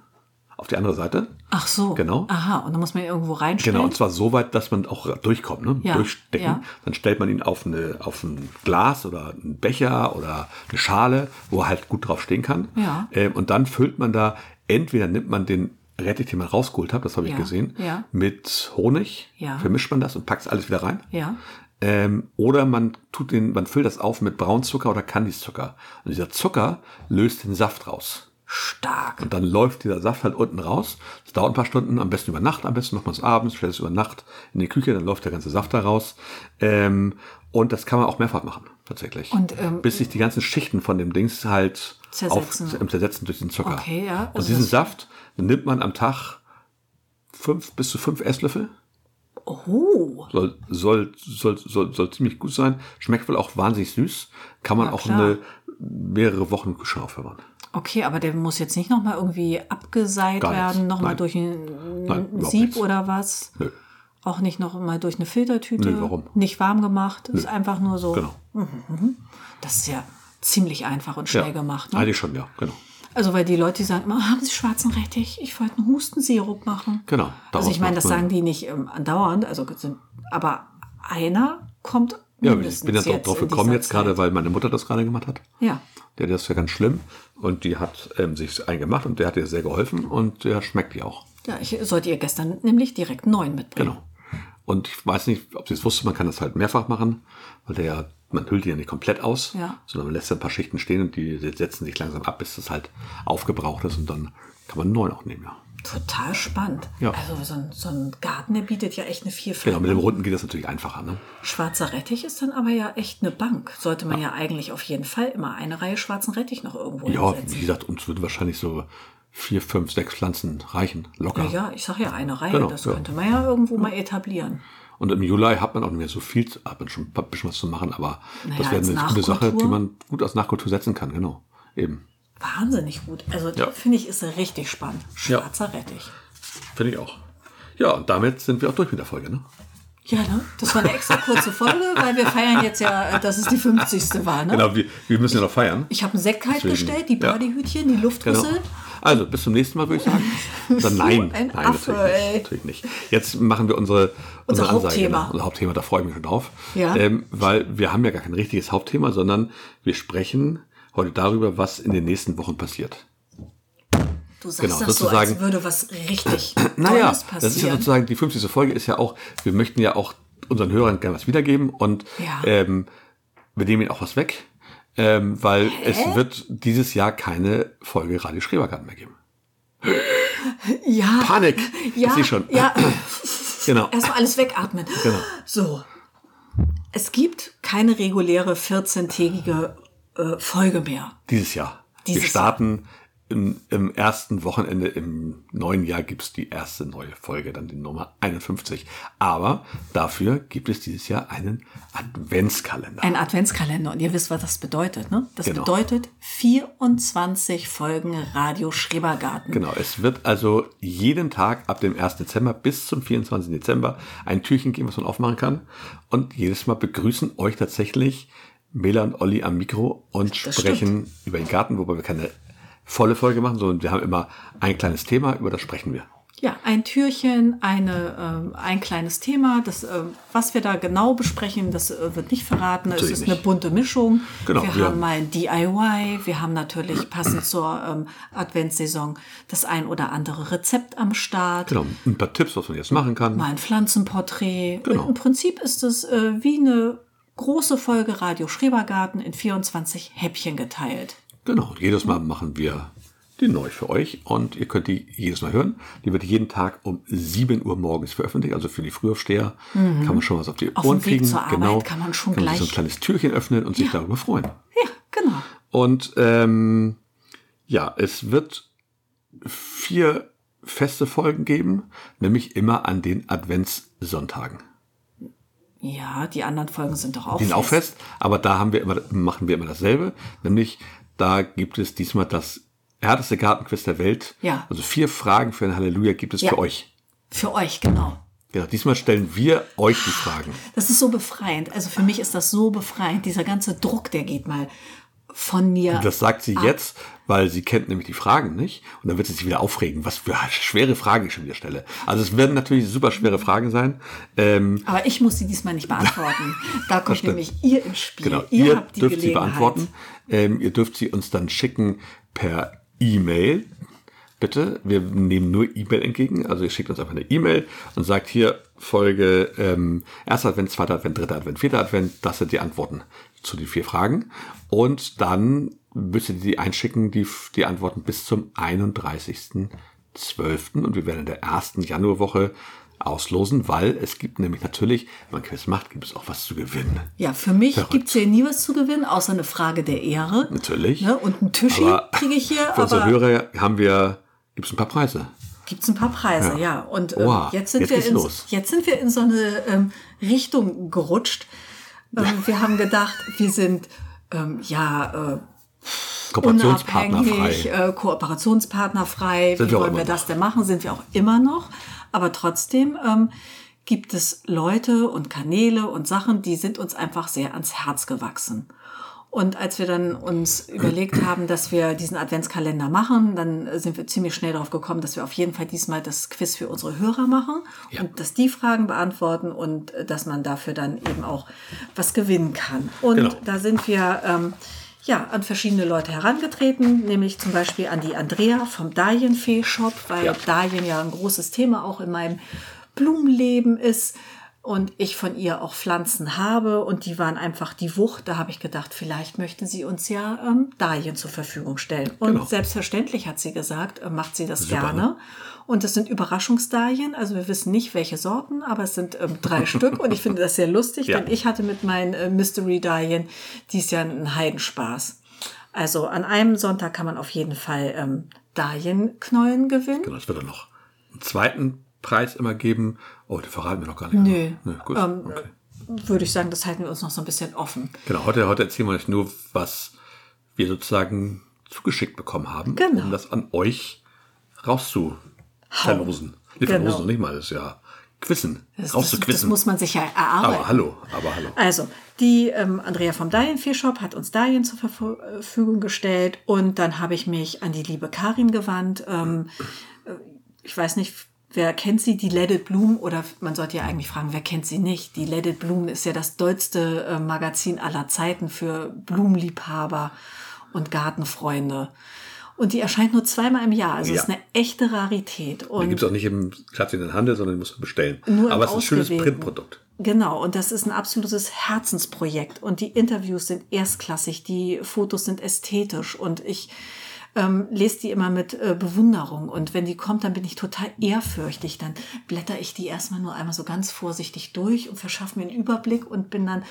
auf die andere Seite. Ach so. Genau. Aha, und dann muss man ihn irgendwo reinstellen. Genau, und zwar so weit, dass man auch durchkommt, ne? Ja, durchstecken. ja. Dann stellt man ihn auf, eine, auf ein Glas oder einen Becher oder eine Schale, wo er halt gut drauf stehen kann. Ja. Ähm, und dann füllt man da, entweder nimmt man den Rettich, den man rausgeholt hat, das habe ich Ja, gesehen, ja. mit Honig, Ja. vermischt man das und packt alles wieder rein. Ja. Ähm, oder man tut den, man füllt das auf mit Braunzucker oder Candyzucker. Und dieser Zucker löst den Saft raus. Stark. Und dann läuft dieser Saft halt unten raus. Das dauert ein paar Stunden, am besten über Nacht, am besten nochmals abends, stellt es über Nacht in die Küche, dann läuft der ganze Saft da raus. Ähm, und das kann man auch mehrfach machen, tatsächlich. Und, ähm, Bis sich die ganzen Schichten von dem Dings halt Zersetzen. Auf, ähm, zersetzen durch den Zucker. Okay, ja, also und diesen das- Saft nimmt man am Tag fünf bis zu fünf Esslöffel. Oh. Soll, soll, soll, soll, soll ziemlich gut sein. Schmeckt wohl auch wahnsinnig süß. Kann man Ja, auch klar. eine, mehrere Wochen im Kühlschrank aufbewahren. Okay, aber der muss jetzt nicht nochmal irgendwie abgeseit Gar nichts. werden, nochmal Nein. durch ein Nein, überhaupt Sieb nichts. oder was. Nö. Auch nicht nochmal durch eine Filtertüte. Nö, warum? Nicht warm gemacht. Ist einfach nur so. Genau. Das ist ja ziemlich einfach und schnell gemacht. Ne? Eigentlich schon, ja, genau. Also, weil die Leute die sagen immer, haben Sie schwarzen Rettich? Ich wollte einen Hustensirup machen. Genau. also, ich Daraus meine, macht das man- sagen die nicht ähm, andauernd. Also, sind- aber einer kommt Ja, ich mindestens bin jetzt auch drauf in gekommen dieser jetzt gerade, Zeit. weil meine Mutter das gerade gemacht hat. Ja. Der, der ist ja ganz schlimm und die hat ähm, sich eingemacht und der hat ihr sehr geholfen und der schmeckt ihr auch. Ja, ich sollte ihr gestern nämlich direkt neun mitbringen. Genau. Und ich weiß nicht, ob sie es wusste, man kann das halt mehrfach machen, weil der, man hüllt ihn ja nicht komplett aus, Ja. sondern man lässt ein paar Schichten stehen und die setzen sich langsam ab, bis das halt aufgebraucht ist und dann kann man einen neuen auch nehmen, ja. Total spannend. Ja. Also so ein, so ein Garten, der bietet ja echt eine Vielfalt. Genau, mit dem Runden geht das natürlich einfacher, ne? Schwarzer Rettich ist dann aber ja echt eine Bank. Sollte man ja, eigentlich auf jeden Fall immer eine Reihe schwarzen Rettich noch irgendwo Ja, wie hinsetzen. gesagt, uns würden wahrscheinlich so vier, fünf, sechs Pflanzen reichen, locker. Ja, ich sag ja eine Reihe. Genau, das ja. könnte man ja irgendwo mal etablieren. Und im Juli hat man auch nicht mehr so viel, zu- hat man schon ein bisschen was zu machen, aber Naja, das wäre als eine gute Sache, die Nachkultur. man gut als Nachkultur setzen kann, genau. Eben. Wahnsinnig gut. Also Ja. finde ich, ist richtig spannend. Schwarzer Rettich. Finde ich auch. Ja, und damit sind wir auch durch mit der Folge, ne? Ja, ne? Das war eine extra kurze Folge, weil wir feiern jetzt ja, äh, dass es die 50. war, ne? Genau, wir, wir müssen ja noch feiern. Ich habe einen Sekt kalt Deswegen, bestellt, die ja. Partyhütchen, die Luftrüssel. Genau. Also, bis zum nächsten Mal, würde ich sagen. Oder nein, ein nein, Affe, natürlich, ey. nicht, natürlich nicht. Jetzt machen wir unsere, Unser unsere Ansage, Hauptthema. ne? Unser Hauptthema, da freue ich mich schon drauf. Ja. Ähm, weil wir haben ja gar kein richtiges Hauptthema, sondern wir sprechen heute darüber, was in den nächsten Wochen passiert. Du sagst Genau, das so, als sozusagen- würde was richtig Naja, Tolles passieren. das ist ja sozusagen die 50. Folge ist ja auch, wir möchten ja auch unseren Hörern gerne was wiedergeben und Ja. ähm, wir nehmen ihnen auch was weg, ähm, weil es wird dieses Jahr keine Folge Radio Schrebergarten mehr geben. ja, Panik! ja, Ich sehe schon. ja. Genau. Erstmal alles wegatmen. Genau. So. Es gibt keine reguläre 14-tägige äh, Folge mehr. Dieses Jahr. Dieses wir starten im, im ersten Wochenende im neuen Jahr gibt's die erste neue Folge, dann die Nummer 51. Aber dafür gibt es dieses Jahr einen Adventskalender. Ein Adventskalender und ihr wisst, was das bedeutet, ne? Das Genau. bedeutet 24 Folgen Radio Schrebergarten. Genau, es wird also jeden Tag ab dem 1. Dezember bis zum 24. Dezember ein Türchen geben, was man aufmachen kann. Und jedes Mal begrüßen euch tatsächlich Mela und Olli am Mikro und Das sprechen über den Garten, wobei wir keine volle Folge machen, sondern wir haben immer ein kleines Thema, über das sprechen wir. Ja, ein Türchen, eine, ähm, ein kleines Thema. Das, ähm, was wir da genau besprechen, das äh, wird nicht verraten. es Natürlich ist nicht. eine bunte Mischung. Genau, wir wir haben haben- mal ein DIY. Wir haben natürlich passend zur ähm, Adventssaison das ein oder andere Rezept am Start. Genau, ein paar Tipps, was man jetzt machen kann. Mal ein Pflanzenporträt. Genau. Und im Prinzip ist es äh, wie eine große Folge Radio Schrebergarten in 24 Häppchen geteilt. Genau, und jedes Mal machen wir die neu für euch und ihr könnt die jedes Mal hören. Die wird jeden Tag um 7 Uhr morgens veröffentlicht, also für die Frühaufsteher kann man schon was auf die Mhm. Auf Ohren dem Weg kriegen. Genau. zur Arbeit kann man schon sich so gleich- ein kleines Türchen öffnen und sich darüber freuen. Ja, genau. Und ähm, ja, es wird vier feste Folgen geben, nämlich immer an den Adventssonntagen. Ja, die anderen Folgen sind doch auch Die sind auch fest, aber da haben wir immer, machen wir immer dasselbe. Nämlich, da gibt es diesmal das härteste Gartenquiz der Welt. Ja. Also vier Fragen für ein Halleluja gibt es Ja. für euch. Für euch, genau. Genau, diesmal stellen wir euch die Fragen. Das ist so befreiend. Also für mich ist das so befreiend. Dieser ganze Druck, der geht mal von mir. Das sagt sie ab. jetzt, weil sie kennt nämlich die Fragen nicht. Und dann wird sie sich wieder aufregen, was für schwere Fragen ich schon wieder stelle. Also es werden natürlich super schwere Fragen sein. Ähm, Aber ich muss sie diesmal nicht beantworten. Da kommt stimmt. nämlich ihr ins Spiel. Genau, ihr, ihr, habt die dürft sie Gelegenheit. beantworten. Ähm, ihr dürft sie uns dann schicken per E-Mail. Bitte, wir nehmen nur E-Mail entgegen. Also ihr schickt uns einfach eine E-Mail und sagt hier Folge ähm, erster Advent, zweiter Advent, dritter Advent, vierter Advent. Das sind die Antworten zu den vier Fragen. Und dann müsst ihr die einschicken, die, die Antworten bis zum 31.12. Und wir werden in der ersten Januarwoche auslosen, weil es gibt nämlich natürlich, wenn man Quiz macht, gibt es auch was zu gewinnen. Ja, für mich Verrückt. gibt es hier nie was zu gewinnen, außer eine Frage der Ehre. Natürlich. Ne? Und ein Tischi Aber kriege ich hier. Für unsere Aber Hörer haben wir, gibt es ein paar Preise. gibt es ein paar Preise, ja. Und ähm, Oha, jetzt, sind jetzt wir geht's in, los. jetzt sind wir in so eine ähm, Richtung gerutscht. Ähm, wir haben gedacht, wir sind ähm, ja äh, unabhängig, Kooperationspartnerfrei. äh, kooperationspartnerfrei. Sind Wie wir auch wollen immer wir noch. das denn machen? Sind wir auch immer noch. Aber trotzdem ähm, gibt es Leute und Kanäle und Sachen, die sind uns einfach sehr ans Herz gewachsen. Und als wir dann uns überlegt haben, dass wir diesen Adventskalender machen, dann äh, sind wir ziemlich schnell darauf gekommen, dass wir auf jeden Fall diesmal das Quiz für unsere Hörer machen Ja. und dass die Fragen beantworten und äh, dass man dafür dann eben auch was gewinnen kann. Und Genau. da sind wir ähm, ja, an verschiedene Leute herangetreten, nämlich zum Beispiel an die Andrea vom Dahlienfee-Shop, weil Ja. Dahlien ja ein großes Thema auch in meinem Blumenleben ist und ich von ihr auch Pflanzen habe und die waren einfach die Wucht. Da habe ich gedacht, vielleicht möchten sie uns ja ähm, Dahlien zur Verfügung stellen. Und Genau. selbstverständlich hat sie gesagt, äh, macht sie das Super, gerne. ne? Und das sind Überraschungsdahlien, also wir wissen nicht, welche Sorten, aber es sind ähm, drei Stück und ich finde das sehr lustig, Ja. denn ich hatte mit meinen äh, Mystery-Dahlien dies Jahr einen Heidenspaß. Also an einem Sonntag kann man auf jeden Fall ähm, Dahlienknollen gewinnen. Genau, das wird dann noch einen zweiten Preis immer geben. Oh, den verraten wir noch gar nicht. Nö. oder? Nö gut. Ähm, okay. Würde ich sagen, das halten wir uns noch so ein bisschen offen. Genau, heute, heute erzählen wir euch nur, was wir sozusagen zugeschickt bekommen haben, Genau. um das an euch rauszuverlosen. Wir Genau. verlosen noch nicht mal, das ist ja Quissen. Das, das, das Rauszuquissen. muss man sich ja erarbeiten. aber hallo, aber hallo. Also, die ähm, Andrea vom Dahlenfee-Shop hat uns Dahlien zur Verfo- äh, Verfügung gestellt und dann habe ich mich an die liebe Karin gewandt. Ähm, äh, ich weiß nicht, wer kennt sie, die Let It Bloom oder man sollte ja eigentlich fragen, wer kennt sie nicht? Die Let It Bloom ist ja das dollste äh, Magazin aller Zeiten für Blumenliebhaber und Gartenfreunde. Und die erscheint nur zweimal im Jahr, also Ja. ist eine echte Rarität. Die Und gibt es auch nicht im klassischen Handel, sondern die musst du bestellen. Nur im aber es ist ein schönes Ausgewählten. Printprodukt. Genau, und das ist ein absolutes Herzensprojekt. Und die Interviews sind erstklassig, die Fotos sind ästhetisch und ich ähm, lese die immer mit äh, Bewunderung. Und wenn die kommt, dann bin ich total ehrfürchtig. Dann blätter ich die erstmal nur einmal so ganz vorsichtig durch und verschaffe mir einen Überblick und bin dann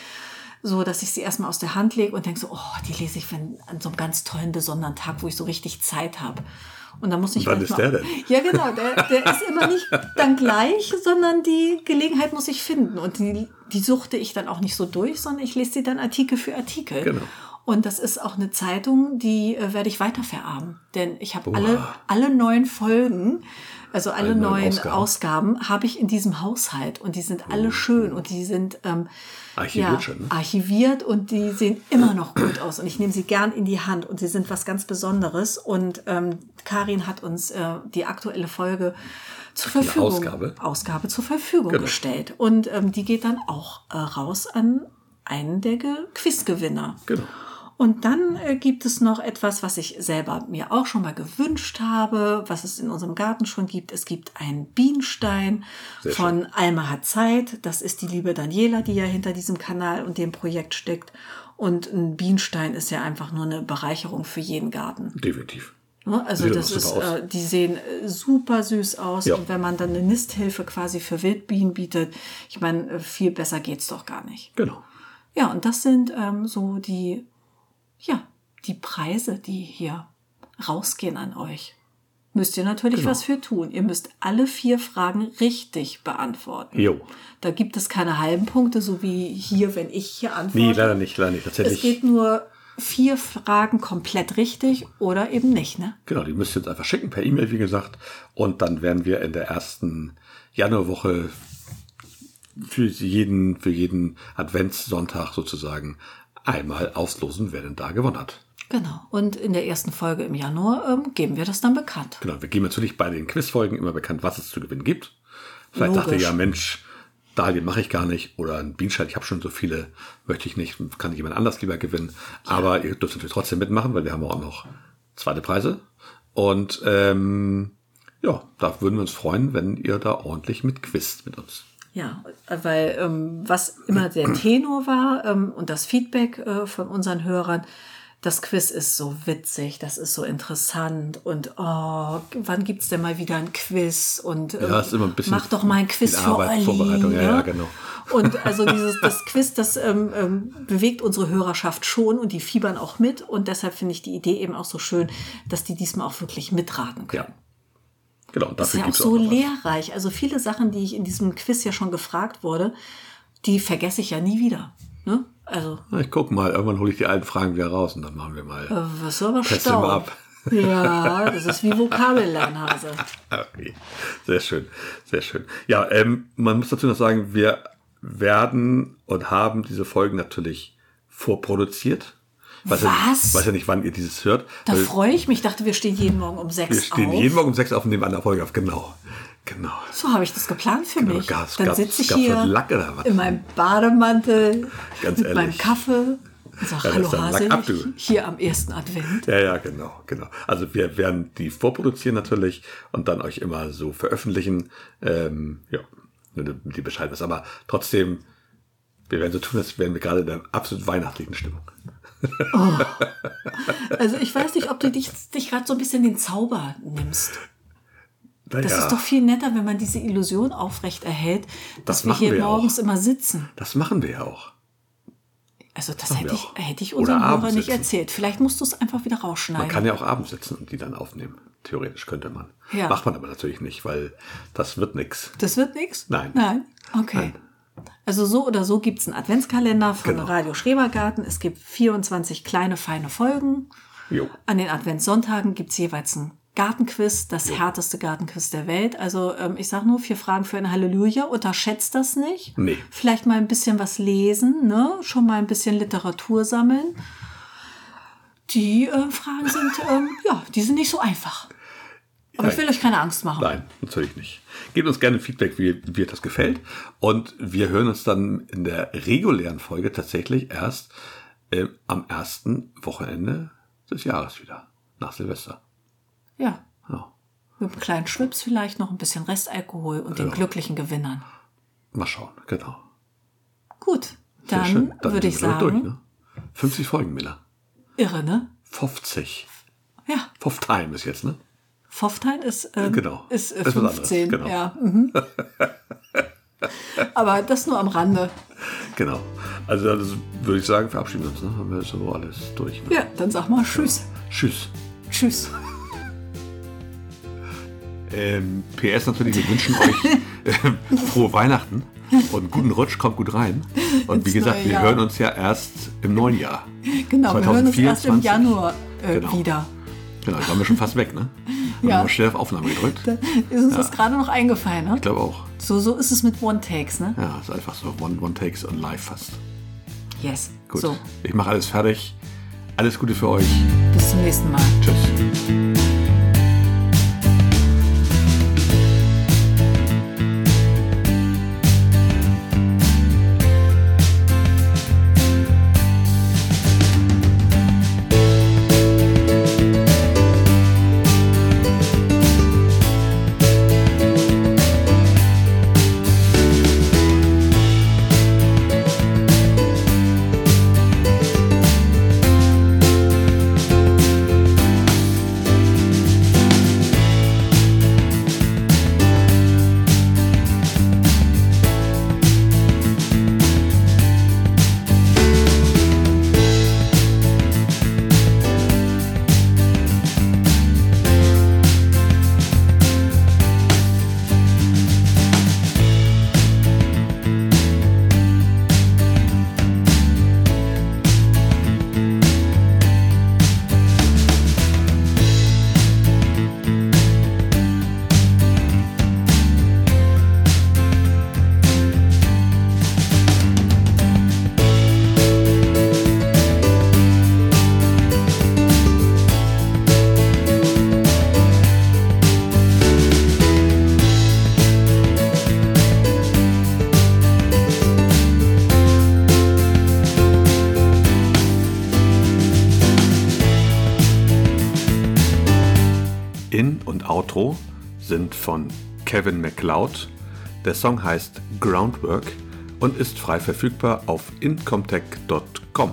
so, dass ich sie erstmal aus der Hand lege und denke so, oh, die lese ich wenn, an so einem ganz tollen, besonderen Tag, wo ich so richtig Zeit habe. Und dann muss ich Wann ist manchmal- der denn? ja, genau. Der, der ist immer nicht dann gleich, sondern die Gelegenheit muss ich finden. Und die, die suchte ich dann auch nicht so durch, sondern ich lese sie dann Artikel für Artikel. Genau. Und das ist auch eine Zeitung, die äh, werde ich weiterverarben. Denn ich habe alle, alle neuen Folgen, also alle, Alle neuen neuen Ausgaben. Ausgaben, habe ich in diesem Haushalt. Und die sind alle schön und die sind ähm, Archiviert ja, schon, ne? archiviert und die sehen immer noch gut aus und ich nehme sie gern in die Hand und sie sind was ganz Besonderes und ähm, Karin hat uns äh, die aktuelle Folge zur Verfügung Ausgabe? Ausgabe zur Verfügung Genau. gestellt und ähm, die geht dann auch äh, raus an einen der Ge- Quizgewinner. Genau. Und dann äh, gibt es noch etwas, was ich selber mir auch schon mal gewünscht habe, was es in unserem Garten schon gibt. Es gibt einen Bienenstein Sehr von Alma hat Zeit. Das ist die liebe Daniela, die ja hinter diesem Kanal und dem Projekt steckt. Und ein Bienenstein ist ja einfach nur eine Bereicherung für jeden Garten. Definitiv. Ne? Also Sieht doch das super ist, aus. äh, die sehen äh, super süß aus. Ja. Und wenn man dann eine Nisthilfe quasi für Wildbienen bietet, ich meine, äh, viel besser geht's doch gar nicht. Genau. Ja, und das sind ähm, so die, ja, die Preise, die hier rausgehen an euch. Müsst ihr natürlich Genau. was für tun. Ihr müsst alle vier Fragen richtig beantworten. Jo. Da gibt es keine halben Punkte, so wie hier, wenn ich hier antworte. Nee, leider nicht, leider nicht. Es Tatsächlich. geht nur vier Fragen komplett richtig oder eben nicht, ne? Genau, die müsst ihr uns einfach schicken per E-Mail, wie gesagt. Und dann werden wir in der ersten Januarwoche für jeden, für jeden Adventssonntag sozusagen einmal auslosen, wer denn da gewonnen hat. Genau. Und in der ersten Folge im Januar ähm, geben wir das dann bekannt. Genau, wir geben natürlich bei den Quizfolgen immer bekannt, was es zu gewinnen gibt. Vielleicht Logisch. dachte ja, Mensch, Dahlien mache ich gar nicht oder ein Bienenschein, ich habe schon so viele, möchte ich nicht, kann ich jemand anders lieber gewinnen. Aber ihr dürft natürlich trotzdem mitmachen, weil wir haben auch noch zweite Preise. Und ähm, ja, da würden wir uns freuen, wenn ihr da ordentlich mitquizt mit uns. Ja, weil ähm, was immer der Tenor war ähm, und das Feedback äh, von unseren Hörern, das Quiz ist so witzig, das ist so interessant und oh, wann gibt's denn mal wieder ein Quiz und ähm, Ja, ist immer ein bisschen mach doch mal ein Quiz viel für Arbeit, Olli. Vorbereitung, ja, ne? ja, genau. Und also dieses das Quiz, das ähm, ähm, bewegt unsere Hörerschaft schon und die fiebern auch mit und deshalb finde ich die Idee eben auch so schön, dass die diesmal auch wirklich mitraten können. Ja. Genau, und Das ist dafür ja auch gibt's so auch noch was. lehrreich. Also viele Sachen, die ich in diesem Quiz ja schon gefragt wurde, die vergesse ich ja nie wieder. Ne? Also, Na, Ich guck mal, irgendwann hole ich die alten Fragen wieder raus und dann machen wir äh, mal. was soll man Teste mal staunen? ab. Ja, das ist wie Vokabellernhase. Okay, sehr schön, sehr schön. Ja, ähm, man muss dazu noch sagen, wir werden und haben diese Folgen natürlich vorproduziert. Ich Weiß Ja Was? nicht, weiß ja nicht, wann ihr dieses hört. Da weil freue ich mich. dachte, wir stehen jeden Morgen um wir sechs stehen auf. jeden Morgen um sechs auf und nehmen an der Folge auf. Genau, genau. so habe ich das geplant für mich. gab's- Dann gab's- sitze ich gab's hier einen Lack oder was? in meinem Bademantel Ganz mit meinem ehrlich. Kaffee und Ja, sage, das hallo ist dann Lack Hase, ab, du." hier am ersten Advent. Ja, ja, genau, genau. Also wir werden die vorproduzieren natürlich und dann euch immer so veröffentlichen. Ähm, ja, nur damit ihr Bescheid wisst. Aber trotzdem, wir werden so tun, als wären wir gerade in der absolut weihnachtlichen Stimmung. Also ich weiß nicht, ob du dich, dich gerade so ein bisschen den Zauber nimmst. Das Naja. ist doch viel netter, wenn man diese Illusion aufrecht erhält, Das dass wir machen hier wir morgens immer sitzen. Das machen wir ja auch. Also das hätte wir ich, auch. hätte ich Oder unseren abends Hörern nicht sitzen. erzählt. Vielleicht musst du es einfach wieder Man rausschneiden. kann ja auch abends sitzen und die dann aufnehmen. Theoretisch könnte man. Ja. Macht man aber natürlich nicht, weil das wird nix. Das wird nichts? Nein. Nein. Okay. Also so oder so gibt es einen Adventskalender von Genau. Radio Schrebergarten. Es gibt 24 kleine, feine Folgen. Jo. An den Adventssonntagen gibt es jeweils ein Gartenquiz, das härteste Gartenquiz der Welt. Also ähm, ich sage nur vier Fragen für ein Halleluja. Unterschätzt das nicht. Nee. Vielleicht mal ein bisschen was lesen, ne? schon mal ein bisschen Literatur sammeln. Die äh, Fragen sind, ähm, ja, die sind nicht so einfach. Aber ich Nein. will euch keine Angst machen. Nein, natürlich nicht. Gebt uns gerne Feedback, wie, wie euch das gefällt. Und wir hören uns dann in der regulären Folge tatsächlich erst äh, am ersten Wochenende des Jahres wieder. Nach Silvester. Genau. Ja, Ja. mit einem kleinen Schwips vielleicht, noch ein bisschen Restalkohol und den Ja. glücklichen Gewinnern. Mal schauen, genau. Gut, Sehr schön. dann, würde sind ich wir sagen, Durch, ne? 50 Folgen, Miller. irre, ne? 50. Ja, Fof Time ist jetzt, ne? Foftein ist, ähm, Genau. ist äh, Das ist was anderes, 15. genau. ja, mhm. Aber das nur am Rande. Genau. Also dann würde ich sagen, verabschieden wir uns. Ne? Haben wir so alles durch. Ne? Ja, dann sag mal Tschüss. Tschüss. Tschüss. Ähm, PS natürlich, wir wünschen euch äh, frohe Weihnachten und guten Rutsch, kommt gut rein. Und wie Ins gesagt, neue wir Jahr. hören uns ja erst im neuen Jahr. Genau, wir hören uns erst im 2024. Januar äh, Genau. wieder. Genau, da waren wir schon fast weg, ne? Haben Ja. wir mal schnell auf Aufnahme gedrückt. Da ist uns das gerade noch eingefallen, ne? Ich glaube auch. So, so ist es mit One-Takes, ne? Ja, ist einfach so One, one Takes on Live fast. Yes. Gut. So, Ich mache alles fertig. Alles Gute für euch. bis zum nächsten Mal. Tschüss. In- und Outro sind von Kevin MacLeod. Der Song heißt Groundwork und ist frei verfügbar auf incomtech.com.